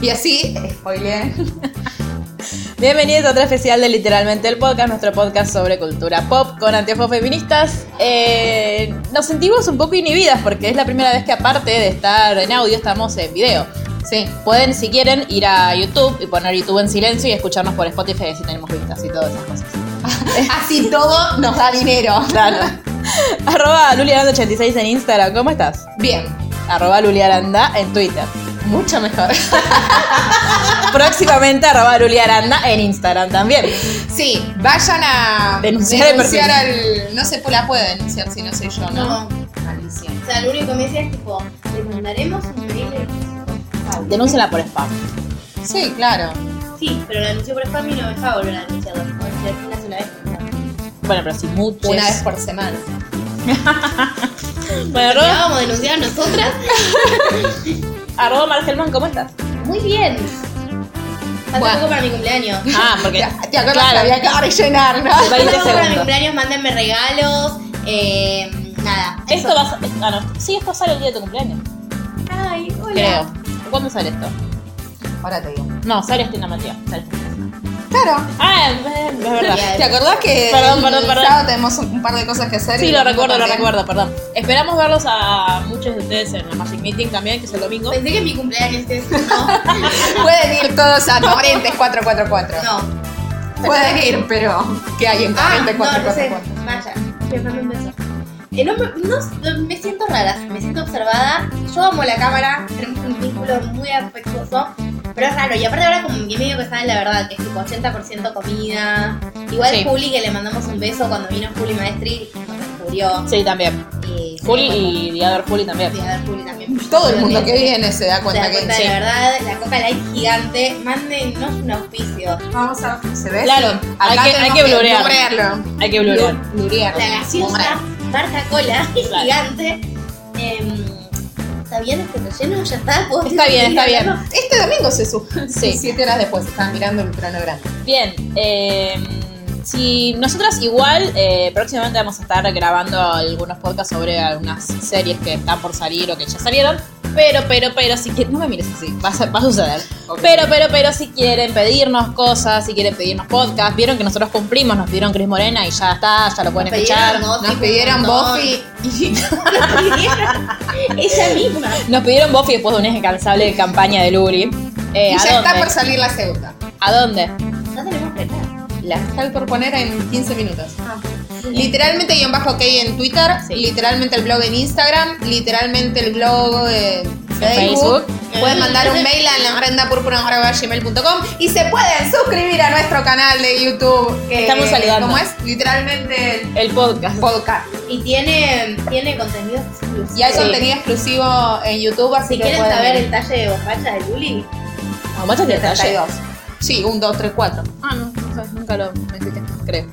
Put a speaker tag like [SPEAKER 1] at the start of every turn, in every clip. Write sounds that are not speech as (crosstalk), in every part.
[SPEAKER 1] Y así, spoiler. (laughs) Bienvenidos a otro especial de Literalmente el Podcast, nuestro podcast sobre cultura pop con anteojos feministas. Eh, nos sentimos un poco inhibidas porque es la primera vez que aparte de estar en audio estamos en video. Sí, pueden si quieren ir a YouTube y poner YouTube en silencio y escucharnos por Spotify si tenemos vistas y todas esas cosas.
[SPEAKER 2] (laughs) Así todo nos da dinero.
[SPEAKER 1] Claro. (laughs) Arroba Luliaranda86 en Instagram, ¿cómo estás?
[SPEAKER 2] Bien,
[SPEAKER 1] Arroba Luliaranda en Twitter.
[SPEAKER 2] mucho mejor.
[SPEAKER 1] (laughs) Próximamente arroba Luliaranda en Instagram también.
[SPEAKER 2] Sí, vayan a
[SPEAKER 1] Denunciar el
[SPEAKER 2] denunciar al. No se la puede denunciar si no soy yo, ¿no?
[SPEAKER 3] No. O sea, lo único que me decía es tipo, les mandaremos un mail. de-
[SPEAKER 1] Denúnciala por spam.
[SPEAKER 2] Sí, claro.
[SPEAKER 3] Sí, pero la denunció por spam y no me dejaba volver a denunciarla. Tipo, la hace una vez.
[SPEAKER 1] Bueno, pero si muchos.
[SPEAKER 2] Una vez por semana.
[SPEAKER 1] Bueno,
[SPEAKER 3] La
[SPEAKER 1] arroba,
[SPEAKER 3] vamos a
[SPEAKER 1] (laughs)
[SPEAKER 3] denunciar nosotras.
[SPEAKER 1] arroba Margelman, ¿cómo estás?
[SPEAKER 3] Muy bien. Falta
[SPEAKER 2] Bueno.
[SPEAKER 3] poco para mi cumpleaños.
[SPEAKER 1] Ah, (laughs) porque.
[SPEAKER 2] ¿Te acuerdas que había que rellenar, no?
[SPEAKER 3] Falta
[SPEAKER 1] 20
[SPEAKER 3] poco para mi
[SPEAKER 1] segundos.
[SPEAKER 3] cumpleaños, mándenme regalos. Eh, nada.
[SPEAKER 1] Esto va a. Ah, no. Sí, esto sale el día de tu cumpleaños.
[SPEAKER 3] Ay, hola.
[SPEAKER 1] Creo. ¿Cuándo sale esto?
[SPEAKER 2] Ahora te digo.
[SPEAKER 1] No, sale este no, Matías. Sale este.
[SPEAKER 2] Claro.
[SPEAKER 1] Ah, es es verdad.
[SPEAKER 3] Bien.
[SPEAKER 2] ¿Te acordás que
[SPEAKER 1] Perdón,
[SPEAKER 2] el
[SPEAKER 1] perdón, perdón.
[SPEAKER 2] sábado tenemos un un par de cosas que hacer?
[SPEAKER 1] Sí,
[SPEAKER 2] y
[SPEAKER 1] lo
[SPEAKER 2] el domingo
[SPEAKER 1] recuerdo, lo
[SPEAKER 2] también?
[SPEAKER 1] recuerdo, perdón. Esperamos verlos a muchos de ustedes en el Magic Meeting también, que es el domingo.
[SPEAKER 3] Pensé que mi cumpleaños es. No,
[SPEAKER 1] (laughs)
[SPEAKER 2] Pueden ir todos a Corrientes 444.
[SPEAKER 3] no.
[SPEAKER 2] Pueden ir, pero ¿qué hay en
[SPEAKER 3] Ah,
[SPEAKER 2] Corrientes
[SPEAKER 3] no, no sé.
[SPEAKER 2] 444?
[SPEAKER 3] Vaya. Quiero darme un beso. Eh, no, me- no- me siento rara, me siento observada. Yo amo la cámara, tenemos un vínculo muy afectuoso, pero es raro. Y aparte ahora como que medio que saben la verdad, que es tipo 80% comida. Igual
[SPEAKER 1] Sí.
[SPEAKER 3] Juli, que le mandamos un beso cuando vino Juli Maestri, nos descubrió.
[SPEAKER 1] Sí, también.
[SPEAKER 3] Y se
[SPEAKER 1] Juli
[SPEAKER 3] dio cuenta.
[SPEAKER 1] y Diador Juli también.
[SPEAKER 3] Y a ver, Juli también.
[SPEAKER 2] Todo el mundo que viene se da
[SPEAKER 3] Se
[SPEAKER 2] cuenta
[SPEAKER 3] da
[SPEAKER 2] que
[SPEAKER 3] cuenta de
[SPEAKER 2] sí.
[SPEAKER 3] la verdad, la coca light gigante, mándenos un auspicio.
[SPEAKER 2] Vamos a ¿se ve?
[SPEAKER 1] Claro, hay
[SPEAKER 2] Acá
[SPEAKER 1] que- hay
[SPEAKER 2] tenemos
[SPEAKER 1] que blurear.
[SPEAKER 2] blurearlo.
[SPEAKER 1] Hay que blurear.
[SPEAKER 2] Blu- blurear.
[SPEAKER 3] La gaseosa
[SPEAKER 2] Blurear.
[SPEAKER 3] Marta Cola (laughs)
[SPEAKER 1] Claro.
[SPEAKER 3] gigante. Em, ¿Está bien este relleno? ¿Ya está? ¿Puedo
[SPEAKER 1] Está
[SPEAKER 3] seguir
[SPEAKER 1] bien, está bien.
[SPEAKER 3] (laughs) hablando?
[SPEAKER 2] Este domingo se sube. Sí. (laughs) Siete horas después estaban mirando el cronograma.
[SPEAKER 1] Bien, eh, si nosotras igual eh, próximamente vamos a estar grabando algunos podcasts sobre algunas series que están por salir o que ya salieron. Pero, pero, pero, si quieren, no me mires así, va a, ser- va a suceder. Pero, pero, pero, si quieren pedirnos cosas, si quieren pedirnos podcast, vieron que nosotros cumplimos, nos pidieron Cris Morena y ya está, ya lo pueden
[SPEAKER 3] Nos
[SPEAKER 1] escuchar.
[SPEAKER 3] pidieron Buffy
[SPEAKER 2] Nos
[SPEAKER 3] un
[SPEAKER 2] pidieron
[SPEAKER 3] montón.
[SPEAKER 1] Eh,
[SPEAKER 2] Buffy
[SPEAKER 3] Nos pidieron Ella misma.
[SPEAKER 1] (laughs) Nos pidieron Buffy después de una incansable campaña de Luri. Eh,
[SPEAKER 2] y
[SPEAKER 1] ¿a,
[SPEAKER 2] ya está
[SPEAKER 1] dónde?
[SPEAKER 2] por salir la segunda.
[SPEAKER 1] ¿A dónde?
[SPEAKER 3] No tenemos que hablar.
[SPEAKER 2] La está por poner en 15 minutos. Literalmente guión bajo K en Twitter,
[SPEAKER 1] Sí.
[SPEAKER 2] literalmente el blog en Instagram, literalmente el blog en
[SPEAKER 1] Facebook.
[SPEAKER 2] Facebook. Pueden mandar un mail a lambrendapurbura.gmail.com y se pueden suscribir a nuestro canal de YouTube. que-
[SPEAKER 1] Estamos saludando.
[SPEAKER 2] ¿Cómo es? Literalmente el
[SPEAKER 1] El podcast.
[SPEAKER 2] podcast.
[SPEAKER 3] Y tiene, tiene contenido exclusivo.
[SPEAKER 2] Y hay
[SPEAKER 1] Sí.
[SPEAKER 2] contenido exclusivo en YouTube, así
[SPEAKER 3] Si
[SPEAKER 2] que
[SPEAKER 3] quieren
[SPEAKER 2] pueden
[SPEAKER 3] saber
[SPEAKER 2] ver.
[SPEAKER 3] el talle de bofacha de Luli,
[SPEAKER 1] Ah, ¿vos tenés detalle?
[SPEAKER 2] 32. Sí, 1, 2, 3, 4.
[SPEAKER 1] Ah, no, no sé, nunca lo me fijé, creo.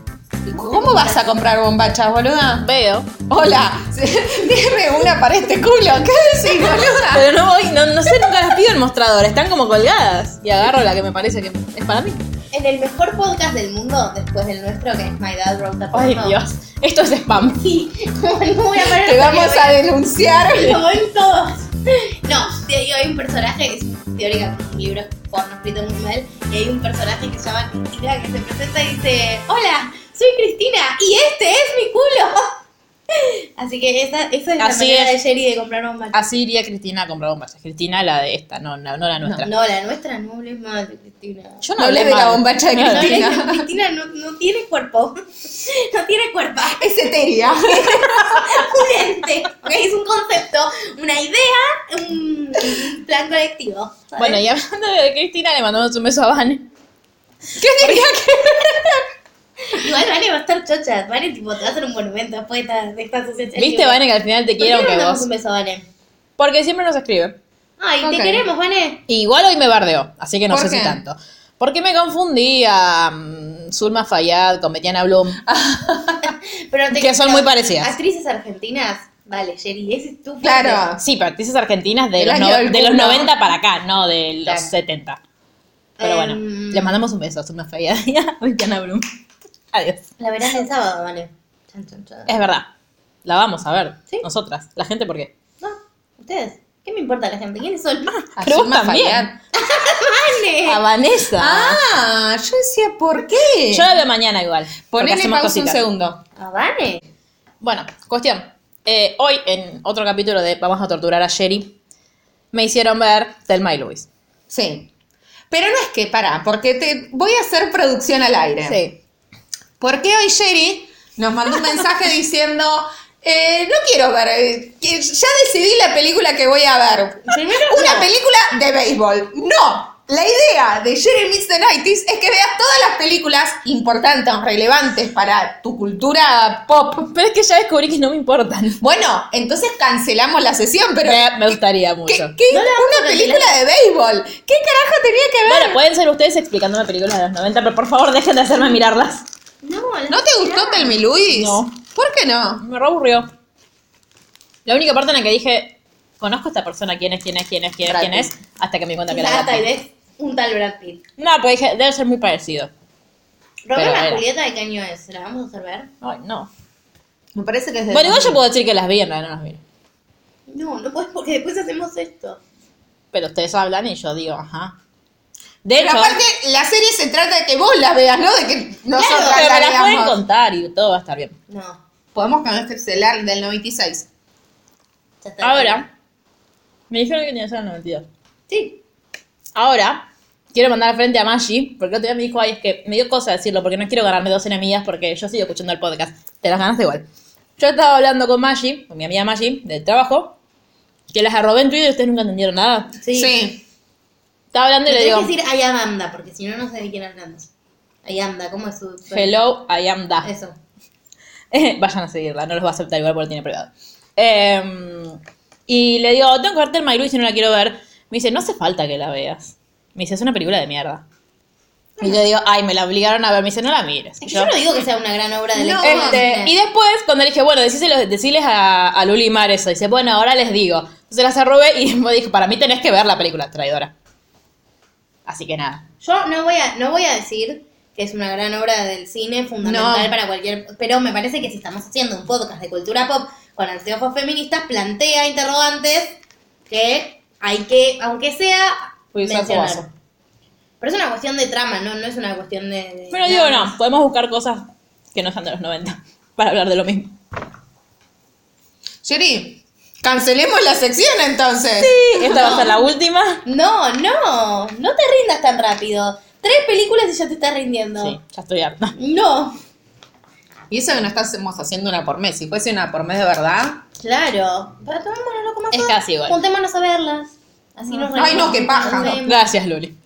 [SPEAKER 2] ¿Cómo vas a comprar bombachas, boluda?
[SPEAKER 1] Veo.
[SPEAKER 2] Hola, (laughs) dime una para este culo. ¿Qué decís, boluda?
[SPEAKER 1] Pero no voy, no, no sé, nunca las pido el mostrador, están como colgadas. Y agarro la que me parece que es para mí.
[SPEAKER 3] en el mejor podcast del mundo, después del nuestro, que es My Dad Wrote a
[SPEAKER 1] Ay,
[SPEAKER 3] (laughs) Porno.
[SPEAKER 1] Dios, esto es spam.
[SPEAKER 3] Sí, como no voy a parar
[SPEAKER 2] Te
[SPEAKER 3] hasta que
[SPEAKER 2] vamos
[SPEAKER 3] voy
[SPEAKER 2] a denunciar.
[SPEAKER 3] Como en todos. No, te digo, hay un personaje que es teórica, un libro porno escrito muy mal, y hay un personaje que se llama Cristina que se presenta y dice, hola, soy Cristina y este es mi culo. (laughs) Así que esa, esa
[SPEAKER 1] Así
[SPEAKER 3] es la manera
[SPEAKER 1] es.
[SPEAKER 3] de Jerry de comprar un macho.
[SPEAKER 1] Así iría Cristina a comprar bombachas. Cristina la de esta, no, no, no la nuestra.
[SPEAKER 3] No, la nuestra no hables mal de Cristina.
[SPEAKER 1] Yo
[SPEAKER 2] No hablé de
[SPEAKER 1] mal.
[SPEAKER 2] la bombacha de
[SPEAKER 3] No hables
[SPEAKER 2] Cristina.
[SPEAKER 3] de Cristina no, no tiene cuerpo. (laughs) No tiene cuerpo.
[SPEAKER 2] Es etérea.
[SPEAKER 3] Un ente. ok, Es un concepto, una idea, un un plan colectivo. ¿sabes?
[SPEAKER 1] Bueno, y hablando de Cristina, le mandamos un beso a Van.
[SPEAKER 2] ¿Qué tenía que
[SPEAKER 3] Igual Vane va a estar chocha. Vane, tipo, te va a hacer un monumento después de esta, de esta asociación.
[SPEAKER 1] Viste, Vane, que al final te
[SPEAKER 3] ¿Por qué
[SPEAKER 1] quiero
[SPEAKER 3] no
[SPEAKER 1] aunque
[SPEAKER 3] mandamos
[SPEAKER 1] vos.
[SPEAKER 3] un beso, Vane?
[SPEAKER 1] Porque siempre nos escribe.
[SPEAKER 3] Ay,
[SPEAKER 2] Ok.
[SPEAKER 3] te queremos, Vane.
[SPEAKER 1] Igual hoy me bardeó, así que no
[SPEAKER 2] ¿Por
[SPEAKER 1] sé
[SPEAKER 2] qué?
[SPEAKER 1] si tanto. Porque me confundía mm, Zulma Fayad con Betiana Bloom.
[SPEAKER 3] Pero te
[SPEAKER 1] Que son
[SPEAKER 3] pero,
[SPEAKER 1] muy parecidas.
[SPEAKER 3] Actrices argentinas. Vale, Jerry, ese es tu fuerte.
[SPEAKER 2] Claro.
[SPEAKER 1] Sí, pero actrices argentinas de,
[SPEAKER 2] Del
[SPEAKER 1] los,
[SPEAKER 2] año
[SPEAKER 1] no-
[SPEAKER 2] del
[SPEAKER 1] de los
[SPEAKER 2] culo.
[SPEAKER 1] 90 para acá, no de los
[SPEAKER 2] Claro.
[SPEAKER 1] 70. Pero bueno,
[SPEAKER 3] Em.
[SPEAKER 1] les mandamos un beso a Zulma Fayad y (laughs) a Betiana Bloom. Adiós.
[SPEAKER 3] La verás el sábado, Vane. Chan, chan, chan.
[SPEAKER 1] Es verdad. La vamos a ver.
[SPEAKER 3] Sí.
[SPEAKER 1] Nosotras. La gente, ¿por qué?
[SPEAKER 3] No, ustedes. ¿Qué me importa la gente? ¿Quiénes son?
[SPEAKER 2] A
[SPEAKER 1] (laughs) Pero vos
[SPEAKER 2] Zulma
[SPEAKER 1] también.
[SPEAKER 2] Fayad.
[SPEAKER 3] ¡Vane!
[SPEAKER 1] A Vanessa.
[SPEAKER 2] Ah, yo decía, ¿por qué?
[SPEAKER 1] Yo la veo mañana igual. porque
[SPEAKER 2] Eh. Ponele
[SPEAKER 1] hacemos
[SPEAKER 2] pausa
[SPEAKER 1] cositas.
[SPEAKER 2] un segundo.
[SPEAKER 3] ¿A Vane?
[SPEAKER 1] Bueno, cuestión. Eh, hoy, en otro capítulo de Vamos a torturar a Sherry, me hicieron ver Thelma y Luis.
[SPEAKER 2] Sí. Pero no es que, pará, porque te voy a hacer producción al aire.
[SPEAKER 1] Sí.
[SPEAKER 2] Porque hoy Sherry nos mandó un
[SPEAKER 1] (laughs)
[SPEAKER 2] mensaje diciendo, eh, no quiero ver, eh, que ya decidí la película que voy a ver. Una película de béisbol. No. La idea de Jerry Meets the 90 es que veas todas las películas importantes, relevantes para tu cultura pop.
[SPEAKER 1] Pero es que ya descubrí que no me importan.
[SPEAKER 2] Bueno, entonces cancelamos la sesión, pero...
[SPEAKER 1] me, me gustaría mucho.
[SPEAKER 2] ¿Qué, qué-
[SPEAKER 3] No la vamos a
[SPEAKER 2] una película de béisbol? ¿Qué carajo tenía que ver?
[SPEAKER 1] Bueno, pueden ser ustedes explicándome películas de los 90, pero por favor dejen de hacerme mirarlas.
[SPEAKER 3] No, la
[SPEAKER 2] ¿No te gustó Tell Me Luis?
[SPEAKER 1] pues, No.
[SPEAKER 2] ¿Por qué no?
[SPEAKER 1] Me re aburrió. La única parte en la que dije, conozco a esta persona, quién es, quién es, quién es, quién es,
[SPEAKER 2] Brad
[SPEAKER 1] quién
[SPEAKER 2] Pitt.
[SPEAKER 1] es, hasta que me di cuenta que era
[SPEAKER 3] Nata
[SPEAKER 1] Brad
[SPEAKER 3] y
[SPEAKER 1] Pitt.
[SPEAKER 3] ves un tal Brad Pitt.
[SPEAKER 1] No, pues dije, debe ser muy parecido. Pero
[SPEAKER 3] Romeo la
[SPEAKER 1] era.
[SPEAKER 3] Julieta de qué año es, ¿Se la vamos a hacer ver?
[SPEAKER 1] Ay, no.
[SPEAKER 2] Me parece que es de...
[SPEAKER 1] Bueno, igual yo puedo decir que las vi, en realidad no las vi.
[SPEAKER 3] No, no puedes porque después hacemos esto.
[SPEAKER 1] Pero ustedes hablan y yo digo, ajá. De
[SPEAKER 2] Pero
[SPEAKER 1] hecho,
[SPEAKER 2] aparte, la serie se trata de que vos la veas, ¿no? De que
[SPEAKER 1] claro,
[SPEAKER 2] nosotras
[SPEAKER 1] pero me
[SPEAKER 2] la
[SPEAKER 1] las pueden
[SPEAKER 2] veamos.
[SPEAKER 1] contar y todo va a estar bien.
[SPEAKER 3] No,
[SPEAKER 2] Podemos cancelar del 96.
[SPEAKER 3] ya está.
[SPEAKER 1] Ahora, me dijeron que tenía que ser el 92.
[SPEAKER 3] Sí.
[SPEAKER 1] Ahora, quiero mandar al frente a Maggi, porque el otro día me dijo, ay, es que me dio cosa decirlo, porque no quiero ganarme dos enemigas, porque yo sigo escuchando el podcast. Te las ganaste igual. Yo estaba hablando con Maggi, con mi amiga Maggi, del trabajo, que las arrobé en Twitter y ustedes nunca entendieron nada.
[SPEAKER 3] Sí.
[SPEAKER 1] Estaba hablando y
[SPEAKER 3] Le
[SPEAKER 1] le digo,
[SPEAKER 3] tenés que decir I am Amanda, porque si no, no sé de quién hablamos. I am Amanda, ¿cómo es su...? su-
[SPEAKER 1] hello, I am da.
[SPEAKER 3] Eso.
[SPEAKER 1] Eh, (laughs) Vayan a seguirla, no los va a aceptar igual porque tiene privado. Em, y le digo, tengo que verte el My Luis y no la quiero ver. Me dice, no hace falta que la veas. Me dice, es una película de mierda. Y le digo, ay, me la obligaron a ver. Me dice, no la mires.
[SPEAKER 3] Es que yo no digo que sea una gran obra de
[SPEAKER 2] No,
[SPEAKER 3] lectura.
[SPEAKER 1] Este, y después, cuando le dije, bueno, decíselo- deciles a, a Luli y Mar eso, dice, bueno, ahora les digo. Entonces las arrobé y (laughs) me dijo, para mí tenés que ver la película, traidora. Así que nada.
[SPEAKER 3] Yo no voy, a, no voy a decir que es una gran obra del cine, fundamental
[SPEAKER 2] No.
[SPEAKER 3] para cualquier... Pero me parece que si estamos haciendo un podcast de cultura pop con anteojos feministas, plantea interrogantes que hay que, aunque sea,
[SPEAKER 1] Fui un saco
[SPEAKER 3] mencionar.
[SPEAKER 1] vaso.
[SPEAKER 3] Pero es una cuestión de trama, no, no es una cuestión de... de-
[SPEAKER 1] Pero digo, no, podemos buscar cosas que no sean de los 90 (laughs) para hablar de lo mismo.
[SPEAKER 2] Jerry, cancelemos la sección entonces.
[SPEAKER 1] Esta va a ser la última.
[SPEAKER 3] No, no, no te rindas tan rápido. Tres películas y ya te estás rindiendo.
[SPEAKER 1] Sí, ya estoy harta.
[SPEAKER 3] No,
[SPEAKER 2] Y eso que no estamos haciendo una por mes. Si fuese una por mes de verdad.
[SPEAKER 3] claro. Pero tomémonos loco más
[SPEAKER 1] Es
[SPEAKER 3] fácil.
[SPEAKER 1] casi igual.
[SPEAKER 3] Juntémonos a verlas. Así nos
[SPEAKER 2] Ay, no,
[SPEAKER 3] reímos.
[SPEAKER 2] qué paja,
[SPEAKER 3] Nos
[SPEAKER 2] no.
[SPEAKER 3] reímos.
[SPEAKER 1] Gracias, Luli.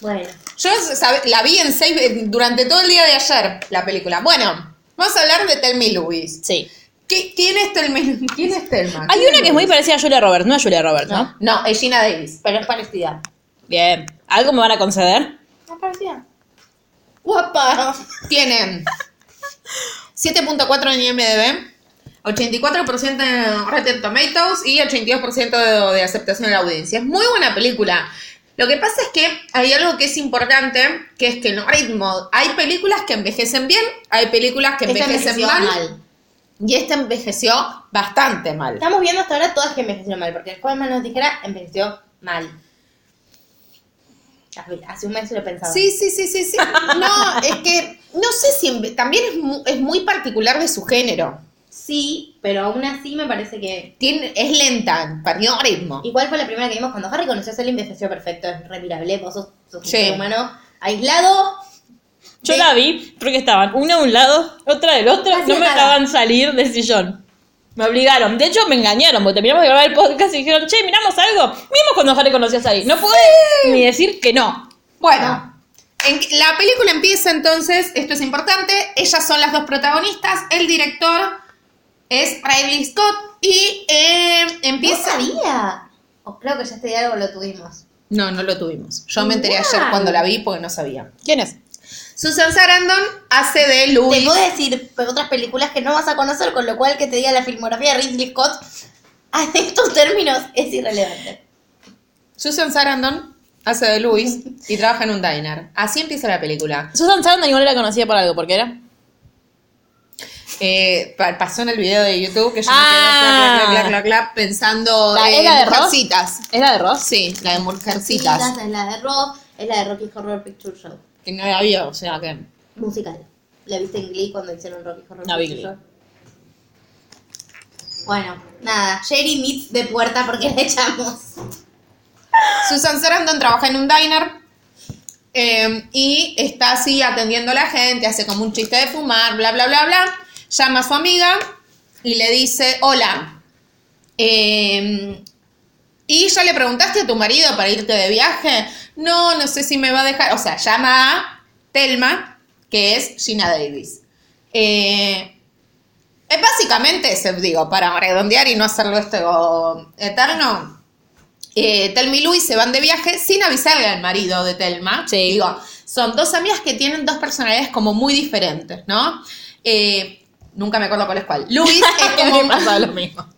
[SPEAKER 3] Bueno,
[SPEAKER 2] Yo sab- la vi en seis eh, durante todo el día de ayer, la película. Bueno, vamos a hablar de Tell Me Luis.
[SPEAKER 1] Sí.
[SPEAKER 2] ¿Quién es Tell Me (laughs) ¿Quién es Thelma?
[SPEAKER 1] Hay una que es muy parecida a Julia Roberts, no a Julia Roberts, ¿no?
[SPEAKER 2] No, es Gina Davis.
[SPEAKER 3] pero es parecida.
[SPEAKER 1] Bien. ¿Algo me van a conceder?
[SPEAKER 3] Es parecida. Guapa.
[SPEAKER 2] Tienen 7.4 en IMDb, 84% en Rotten Tomatoes y 82% de, de aceptación de la audiencia. Es muy buena película. Lo que pasa es que hay algo que es importante, que es que el ritmo, hay películas que envejecen bien, hay películas que
[SPEAKER 3] Esta
[SPEAKER 2] envejecen
[SPEAKER 3] envejeció
[SPEAKER 2] mal,
[SPEAKER 3] mal.
[SPEAKER 2] y esta envejeció bastante mal.
[SPEAKER 3] Estamos viendo hasta ahora todas que envejecieron mal, porque el Juanma nos dijera envejeció mal. Hace un mes lo pensaba.
[SPEAKER 2] Sí, sí, sí, sí, sí. No, es que no sé si enve- también es mu- es muy particular de su género.
[SPEAKER 3] Sí, pero aún así me parece que.
[SPEAKER 2] Tiene, es lenta, perdió ritmo.
[SPEAKER 3] Igual fue la primera que vimos cuando Harry conoció a Sally envejeció perfecto, es remirable, vos sos, sos un
[SPEAKER 2] Sí.
[SPEAKER 3] ser humano aislado.
[SPEAKER 1] Yo
[SPEAKER 3] de-
[SPEAKER 1] la vi porque estaban una de un lado, otra del otro,
[SPEAKER 3] Casi
[SPEAKER 1] no me
[SPEAKER 3] nada.
[SPEAKER 1] dejaban salir del sillón. Me obligaron, de hecho me engañaron, porque terminamos de grabar el podcast y dijeron, che, miramos algo. Miramos cuando Harry conoció a Sally. No pude ni decir que no.
[SPEAKER 2] Bueno, En- la película empieza entonces, esto es importante, ellas son las dos protagonistas, el director es Riley Scott y eh,
[SPEAKER 3] ¿Vos
[SPEAKER 2] empieza...
[SPEAKER 3] sabía? O creo que ya este diálogo lo tuvimos.
[SPEAKER 2] No, no lo tuvimos. Yo me enteré ayer
[SPEAKER 3] Wow.
[SPEAKER 2] cuando la vi porque no sabía.
[SPEAKER 1] ¿Quién es?
[SPEAKER 2] Susan Sarandon hace de
[SPEAKER 3] Te
[SPEAKER 2] Louis.
[SPEAKER 3] puedo decir pues, otras películas que no vas a conocer, con lo cual que te diga la filmografía de Ridley Scott (laughs) a estos términos es irrelevante.
[SPEAKER 2] Susan Sarandon hace de Louis y trabaja en un diner. Así empieza la película.
[SPEAKER 1] Susan Sarandon igual la conocía por algo, porque era.
[SPEAKER 2] Eh, pa- pasó en el video de YouTube que yo
[SPEAKER 1] Ah.
[SPEAKER 2] me quedé clac, clac, clac, clac, clac, pensando
[SPEAKER 1] ¿La-
[SPEAKER 2] en
[SPEAKER 1] era de Ross?
[SPEAKER 2] mujercitas.
[SPEAKER 1] ¿Es la de Ross?
[SPEAKER 2] Sí, la de mujercitas.
[SPEAKER 3] Es la de Rob, es la de Rocky Horror Picture Show.
[SPEAKER 2] Que no la vio, o sea que.
[SPEAKER 3] Musical. ¿La viste en Glee cuando hicieron Rocky Horror
[SPEAKER 1] No vi
[SPEAKER 3] Picture
[SPEAKER 1] Glee.
[SPEAKER 3] Show? Bueno, nada, Sherry meets de puerta porque (laughs) le echamos.
[SPEAKER 2] Susan Sarandon trabaja en un diner eh, y está así atendiendo a la gente, hace como un chiste de fumar, bla, bla, bla, bla. Llama a su amiga y le dice, hola, eh, ¿y ya le preguntaste a tu marido para irte de viaje? No, no sé si me va a dejar. O sea, llama a Telma, que es Gina Davis. Eh, eh, básicamente, se- digo, para redondear y no hacerlo esto eterno, eh, Telma y Luis se van de viaje sin avisarle al marido de Telma. Digo, son dos amigas que tienen dos personalidades como muy diferentes, ¿no? Eh, nunca me acuerdo cuál es cuál.
[SPEAKER 1] (laughs)
[SPEAKER 2] Luis es como.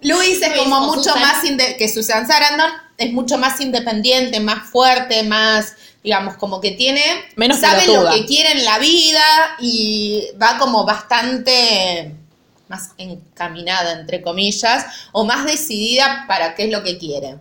[SPEAKER 2] Luis es
[SPEAKER 3] Luis
[SPEAKER 2] como
[SPEAKER 3] o
[SPEAKER 2] mucho
[SPEAKER 3] Susan.
[SPEAKER 2] más inde- que Susan Sarandon, es mucho más independiente, más fuerte, más, digamos, como que tiene,
[SPEAKER 1] Menos
[SPEAKER 2] sabe lo
[SPEAKER 1] pelotuda.
[SPEAKER 2] que quiere en la vida y va como bastante más encaminada, entre comillas, o más decidida para qué es lo que quiere.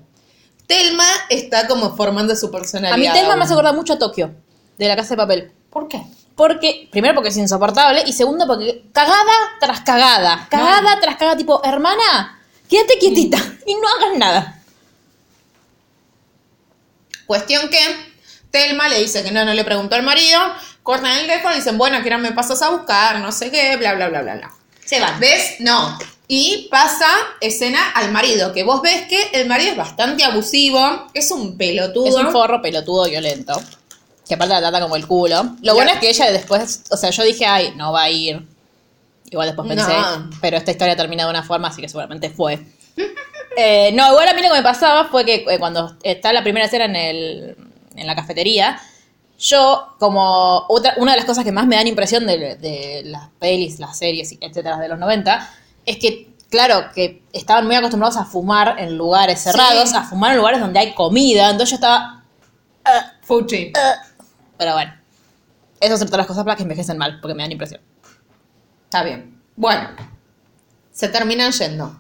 [SPEAKER 2] Telma está como formando su personalidad.
[SPEAKER 1] A mí Telma me
[SPEAKER 2] aún.
[SPEAKER 1] hace acordar mucho a Tokio, de la casa de papel. ¿Por qué? Porque, primero porque es insoportable y segundo porque cagada tras cagada, cagada tras cagada, tipo, hermana, quédate quietita y no hagas nada.
[SPEAKER 2] Cuestión que Telma le dice que no, no le preguntó al marido, cortan el teléfono y dicen, bueno, ¿a qué hora me pasas a buscar? No sé qué, bla, bla, bla, bla, bla.
[SPEAKER 3] Se van.
[SPEAKER 2] ¿Ves? No. Y pasa escena al marido, que vos ves que el marido es bastante abusivo, es un pelotudo.
[SPEAKER 1] Es un forro pelotudo violento, que aparte la trata como el culo. Lo bueno es que ella después, o sea, yo dije, ay, no va a ir. Igual después pensé,
[SPEAKER 2] No.
[SPEAKER 1] pero esta historia termina de una forma, así que seguramente fue. (laughs) Eh, no, igual a mí lo que me pasaba fue que eh, cuando está la primera escena en, el, en la cafetería, yo, como otra, una de las cosas que más me dan impresión de, de las pelis, las series, etcétera, de los 90, es que, claro, que estaban muy acostumbrados a fumar en lugares cerrados, a fumar en lugares donde hay comida, entonces yo estaba,
[SPEAKER 2] Fuchi.
[SPEAKER 1] pero bueno, esas son todas las cosas para que envejecen mal, porque me dan impresión.
[SPEAKER 2] Está bien. Bueno, se terminan yendo.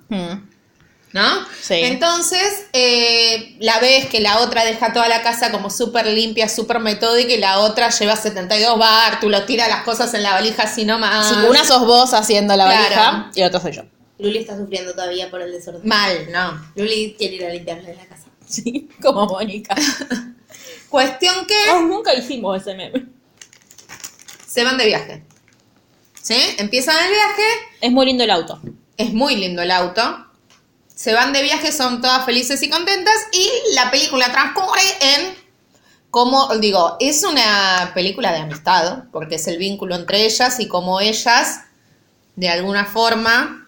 [SPEAKER 2] ¿No?
[SPEAKER 1] Sí.
[SPEAKER 2] Entonces, eh, la ves que la otra deja toda la casa como súper limpia, súper metódica, y la otra lleva 72 bar, tú lo tiras las cosas en la valija así nomás.
[SPEAKER 1] Así que una sos vos haciendo la
[SPEAKER 2] Claro.
[SPEAKER 1] valija y la otra soy yo. (laughs)
[SPEAKER 3] Luli está sufriendo todavía por el desorden.
[SPEAKER 2] Mal, no.
[SPEAKER 3] Luli quiere ir a limpiarle la casa.
[SPEAKER 1] Sí, como Mónica.
[SPEAKER 2] Cuestión que...
[SPEAKER 1] nunca hicimos ese meme.
[SPEAKER 2] se van de viaje. ¿Sí? Empiezan el viaje,
[SPEAKER 1] Es muy lindo el auto.
[SPEAKER 2] es muy lindo el auto. Se van de viaje, son todas felices y contentas y la película transcurre en cómo, digo, es una película de amistad, porque es el vínculo entre ellas y cómo ellas de alguna forma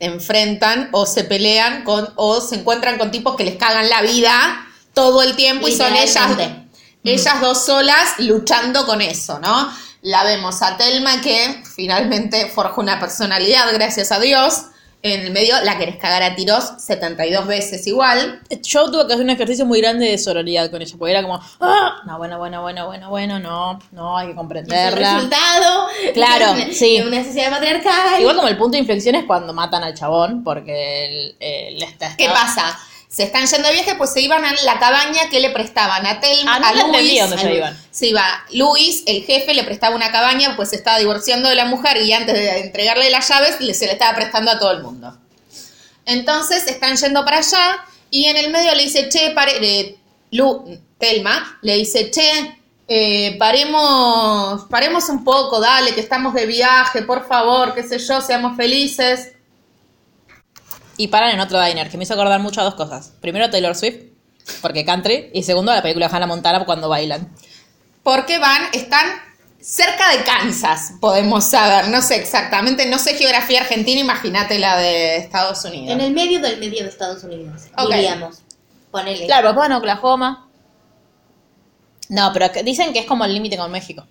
[SPEAKER 2] enfrentan o se pelean con o se encuentran con tipos que les cagan la vida todo el tiempo y son ellas
[SPEAKER 3] Literalmente.
[SPEAKER 2] ellas dos solas luchando con eso, ¿no? La vemos a Telma que finalmente forjó una personalidad, gracias a Dios. En el medio la querés cagar a tiros 72 veces igual.
[SPEAKER 1] Yo tuve que hacer un ejercicio muy grande de sororidad con ella, porque era como, ah, no, bueno, bueno, bueno, bueno, bueno, no, no, hay que
[SPEAKER 3] Es el
[SPEAKER 1] comprenderla.
[SPEAKER 3] resultado
[SPEAKER 1] Claro,
[SPEAKER 3] de, una-
[SPEAKER 1] sí.
[SPEAKER 3] de una sociedad patriarcal.
[SPEAKER 1] Igual como el punto de inflexión es cuando matan al chabón, porque él, él está...
[SPEAKER 2] ¿Qué pasa? Se están yendo de viaje, pues se iban a la cabaña que le prestaban a Telma,
[SPEAKER 1] Ah, no
[SPEAKER 2] a
[SPEAKER 1] la entendí
[SPEAKER 2] Luis.
[SPEAKER 1] dónde se
[SPEAKER 2] a Luis.
[SPEAKER 1] iban.
[SPEAKER 2] Se iba Luis, el jefe, le prestaba una cabaña, pues se estaba divorciando de la mujer y antes de entregarle las llaves le- se le estaba prestando a todo el mundo. Entonces están yendo para allá y en el medio le dice, che, pare, eh, Lu- Telma, le dice, che, eh, paremos, paremos un poco, dale, que estamos de viaje, por favor, qué sé yo, seamos felices.
[SPEAKER 1] Y paran en otro diner, que me hizo acordar mucho a dos cosas. Primero Taylor Swift, porque country, y segundo la película Hannah Montana cuando bailan.
[SPEAKER 2] porque van, están cerca de Kansas, podemos saber, no sé exactamente, no sé geografía argentina, imagínate la de Estados
[SPEAKER 3] En
[SPEAKER 2] Unidos.
[SPEAKER 3] el medio del medio de Estados Unidos,
[SPEAKER 2] Ok.
[SPEAKER 3] diríamos. Ponele.
[SPEAKER 1] Claro, papá en Oklahoma. No, pero que- dicen que es como el límite con México.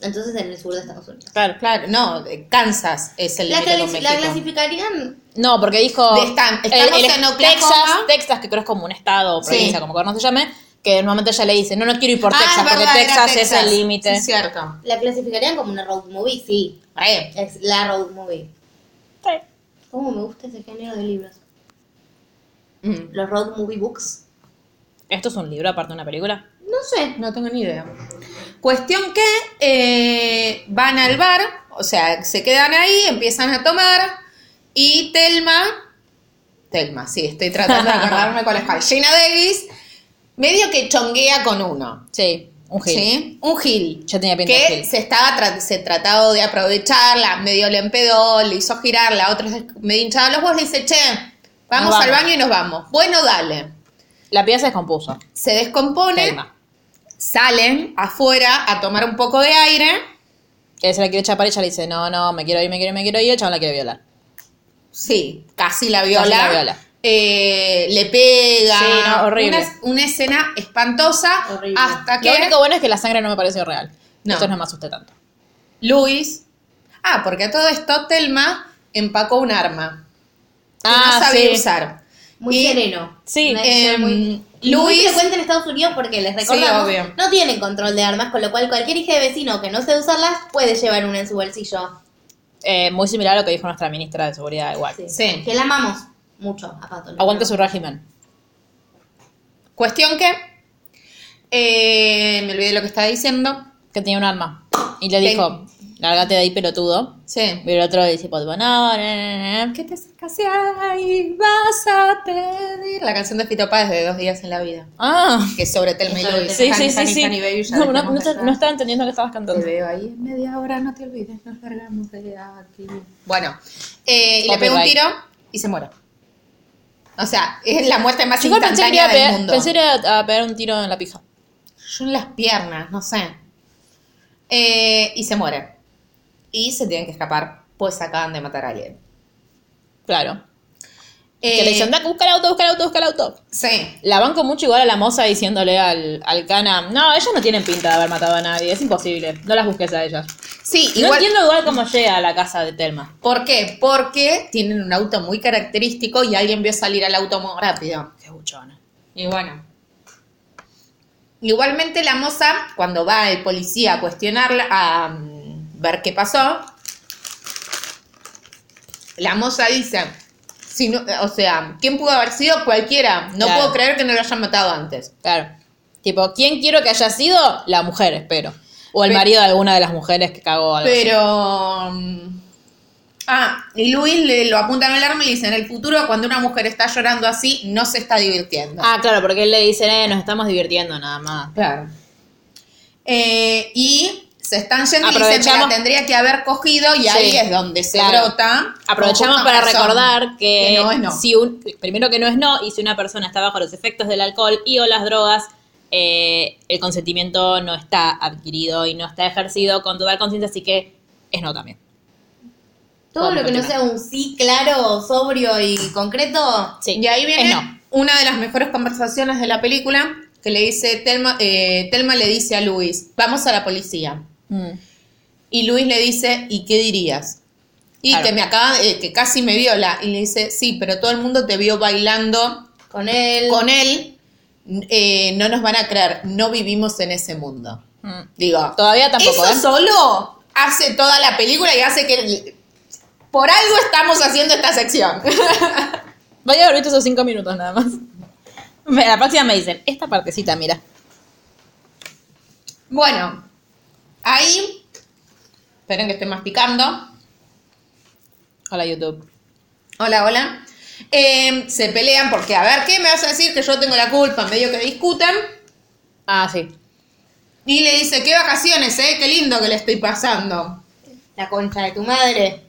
[SPEAKER 3] Entonces en el sur de Estados Unidos.
[SPEAKER 2] Claro, claro, no, de Kansas es el
[SPEAKER 3] La,
[SPEAKER 2] límite con
[SPEAKER 3] clasi- la
[SPEAKER 2] México.
[SPEAKER 3] clasificarían.
[SPEAKER 1] No, porque dijo.
[SPEAKER 2] De Stan- estamos en Oklahoma.
[SPEAKER 1] Texas, Texas, que creo es como un estado o provincia,
[SPEAKER 2] Sí.
[SPEAKER 1] como que no se llame, que normalmente ella le dice, no, no quiero ir por
[SPEAKER 2] Ah,
[SPEAKER 1] Texas,
[SPEAKER 2] es
[SPEAKER 1] porque
[SPEAKER 2] verdad, era
[SPEAKER 1] Texas, es el
[SPEAKER 2] Texas.
[SPEAKER 1] límite.
[SPEAKER 2] Sí, cierto.
[SPEAKER 3] La clasificarían como una road movie, sí.
[SPEAKER 2] Re.
[SPEAKER 3] Es la road movie. ¿Cómo me gusta ese género de libros?
[SPEAKER 2] Mm.
[SPEAKER 3] Los road movie books.
[SPEAKER 1] Esto es un libro, aparte de una película.
[SPEAKER 3] No sé.
[SPEAKER 2] No tengo ni idea. Cuestión que eh, van al bar, o sea, se quedan ahí, empiezan a tomar y Telma, Telma, sí, estoy tratando de acordarme cuál es cuál, Gina Davis, medio que chonguea con uno,
[SPEAKER 1] Sí, un gil.
[SPEAKER 2] ¿sí? Un gil.
[SPEAKER 1] Yo tenía pinta de
[SPEAKER 2] Que
[SPEAKER 1] gil.
[SPEAKER 2] se estaba tra- se trataba de aprovechar, la medio le empedó, le hizo girar, la otra se- medio hinchaba los huevos, le dice, che, vamos,
[SPEAKER 1] Nos
[SPEAKER 2] al
[SPEAKER 1] vamos.
[SPEAKER 2] baño y nos vamos. Bueno, dale.
[SPEAKER 1] La pieza se descompuso.
[SPEAKER 2] Se descompone
[SPEAKER 1] Telma.
[SPEAKER 2] salen afuera a tomar un poco de aire.
[SPEAKER 1] Que se la quiere chapar y ella le dice, no, no, me quiero ir, me quiero ir, me quiero ir, y el chabón la quiere violar.
[SPEAKER 2] Sí, casi la viola.
[SPEAKER 1] Casi la viola.
[SPEAKER 2] Eh, le pega.
[SPEAKER 1] Sí, no, horrible.
[SPEAKER 2] Una, una escena espantosa
[SPEAKER 3] Horrible.
[SPEAKER 2] hasta
[SPEAKER 1] Lo
[SPEAKER 2] que
[SPEAKER 1] único bueno es que la sangre no me pareció real.
[SPEAKER 2] No.
[SPEAKER 1] Entonces no me asusté tanto.
[SPEAKER 2] Luis. Ah, porque a todo esto Telma empacó un arma que
[SPEAKER 1] Ah,
[SPEAKER 2] no sabía
[SPEAKER 1] sí.
[SPEAKER 2] usar.
[SPEAKER 3] Muy
[SPEAKER 2] Y-
[SPEAKER 3] sereno.
[SPEAKER 1] Sí,
[SPEAKER 3] Una decisión
[SPEAKER 2] em,
[SPEAKER 3] muy-
[SPEAKER 2] Luis-
[SPEAKER 3] Muy frecuente en Estados Unidos porque les recordamos,
[SPEAKER 2] obvio.
[SPEAKER 3] no tienen control de armas, con lo cual cualquier hija de vecino que no sepa usarlas puede llevar una en su bolsillo.
[SPEAKER 1] Eh, muy similar a lo que dijo nuestra ministra de Seguridad, igual.
[SPEAKER 3] Sí.
[SPEAKER 2] Ah, Sí.
[SPEAKER 3] Que la amamos mucho a Pato. ¿no?
[SPEAKER 1] Aguante su régimen.
[SPEAKER 2] Cuestión que. eh, me olvidé lo que estaba diciendo.
[SPEAKER 1] Que tenía un arma. Y le
[SPEAKER 2] Que-
[SPEAKER 1] dijo, lárgate de ahí, pelotudo.
[SPEAKER 2] Sí.
[SPEAKER 1] Y el otro le dice, pues bueno, eh, eh, eh".
[SPEAKER 2] que te sacas de ahí vas a pedir. La canción de Fito Páez de Dos días en la vida.
[SPEAKER 1] Ah,
[SPEAKER 2] Que es sobre Telma y
[SPEAKER 3] Sobre
[SPEAKER 2] Luis.
[SPEAKER 1] sí, sí,
[SPEAKER 2] Honey,
[SPEAKER 1] sí,
[SPEAKER 2] honey,
[SPEAKER 1] sí.
[SPEAKER 2] honey, baby, ya
[SPEAKER 1] No, no,
[SPEAKER 2] dejemos
[SPEAKER 1] no
[SPEAKER 2] de
[SPEAKER 1] te-
[SPEAKER 2] hablar.
[SPEAKER 1] no estaba entendiendo lo que estabas cantando.
[SPEAKER 2] Te veo ahí en media hora, no te olvides, nos largamos de aquí. Bueno, eh, y le
[SPEAKER 1] Copyright.
[SPEAKER 2] pega un tiro y se muere. O sea, es la muerte más
[SPEAKER 1] Igual pensé que iba
[SPEAKER 2] instantánea
[SPEAKER 1] a
[SPEAKER 2] del
[SPEAKER 1] pegar,
[SPEAKER 2] mundo.
[SPEAKER 1] pensé que iba a pegar un tiro en la pija.
[SPEAKER 2] Yo en las piernas, no sé. Eh, y se muere. Y se tienen que escapar, pues acaban de matar a alguien.
[SPEAKER 1] Claro.
[SPEAKER 2] Eh,
[SPEAKER 1] que le dicen, "Anda, busca el auto, busca el auto, busca el auto.
[SPEAKER 2] Sí.
[SPEAKER 1] La banco mucho igual a la moza diciéndole al, al cana, no, ellas no tienen pinta de haber matado a nadie, es imposible, no las busques a ellas.
[SPEAKER 2] Sí,
[SPEAKER 1] No
[SPEAKER 2] igual.
[SPEAKER 1] entiendo igual cómo llega a la casa de Telma.
[SPEAKER 2] ¿Por qué? Porque tienen un auto muy característico y alguien vio salir al auto muy rápido.
[SPEAKER 1] Qué buchona.
[SPEAKER 2] Y bueno. Igualmente la moza, cuando va el policía a cuestionarla, a mm, ver qué pasó, la moza dice, si no- o sea, ¿quién pudo haber sido? Cualquiera. No
[SPEAKER 1] Claro.
[SPEAKER 2] puedo creer que no lo hayan matado antes.
[SPEAKER 1] Claro. Tipo, ¿quién quiero que haya sido? La mujer, espero. O el
[SPEAKER 2] Pero-
[SPEAKER 1] marido de alguna de las mujeres que cagó algo. así.
[SPEAKER 2] Pero... mm, Ah, y Luis le, lo apunta en el arma y le dice, en el futuro cuando una mujer está llorando así, no se está divirtiendo.
[SPEAKER 1] Ah, claro, porque él le dice, eh, nos estamos divirtiendo nada más.
[SPEAKER 2] Claro. Eh, y se están yendo y dicen,
[SPEAKER 1] Aprovechamos-
[SPEAKER 2] "Mira, tendría que haber cogido y
[SPEAKER 1] Sí,
[SPEAKER 2] ahí es donde se
[SPEAKER 1] claro.
[SPEAKER 2] brota.
[SPEAKER 1] Aprovechamos
[SPEAKER 2] Con justa
[SPEAKER 1] para
[SPEAKER 2] razón,
[SPEAKER 1] recordar que,
[SPEAKER 2] no es no.
[SPEAKER 1] si un, primero que no es no, y si una persona está bajo los efectos del alcohol y o las drogas, eh, el consentimiento no está adquirido y no está ejercido con total conciencia, así que es no también.
[SPEAKER 3] Todo lo que no
[SPEAKER 1] Vamos a
[SPEAKER 3] sea un sí claro, sobrio y concreto.
[SPEAKER 1] Sí,
[SPEAKER 2] Y ahí viene
[SPEAKER 1] es no.
[SPEAKER 2] una de las mejores conversaciones de la película que le dice Telma, eh, Telma le dice a Luis, vamos a la policía.
[SPEAKER 1] Mm.
[SPEAKER 2] Y Luis le dice, ¿y qué dirías? Y
[SPEAKER 1] Claro.
[SPEAKER 2] que me acaba, eh, que casi me viola. Y le dice, sí, pero todo el mundo te vio bailando
[SPEAKER 3] Con él.
[SPEAKER 2] con él. eh, no nos van a creer, no vivimos en ese mundo.
[SPEAKER 1] Mm.
[SPEAKER 2] Digo,
[SPEAKER 1] Todavía tampoco,
[SPEAKER 2] Eso
[SPEAKER 1] ¿eh?
[SPEAKER 2] solo hace toda la película y hace que. Por algo estamos haciendo esta sección. (laughs)
[SPEAKER 1] Voy a haber visto esos cinco minutos nada más. Me- La próxima me dicen, esta partecita, mira.
[SPEAKER 2] Bueno, ahí. Esperen que estoy masticando.
[SPEAKER 1] Hola, YouTube.
[SPEAKER 2] Hola, hola. Eh, se pelean porque, a ver, ¿qué me vas a decir? Que yo tengo la culpa. Medio que discuten.
[SPEAKER 1] Ah, sí.
[SPEAKER 2] Y le dice, qué vacaciones, ¿eh? Qué lindo que le estoy pasando.
[SPEAKER 3] La concha de tu madre.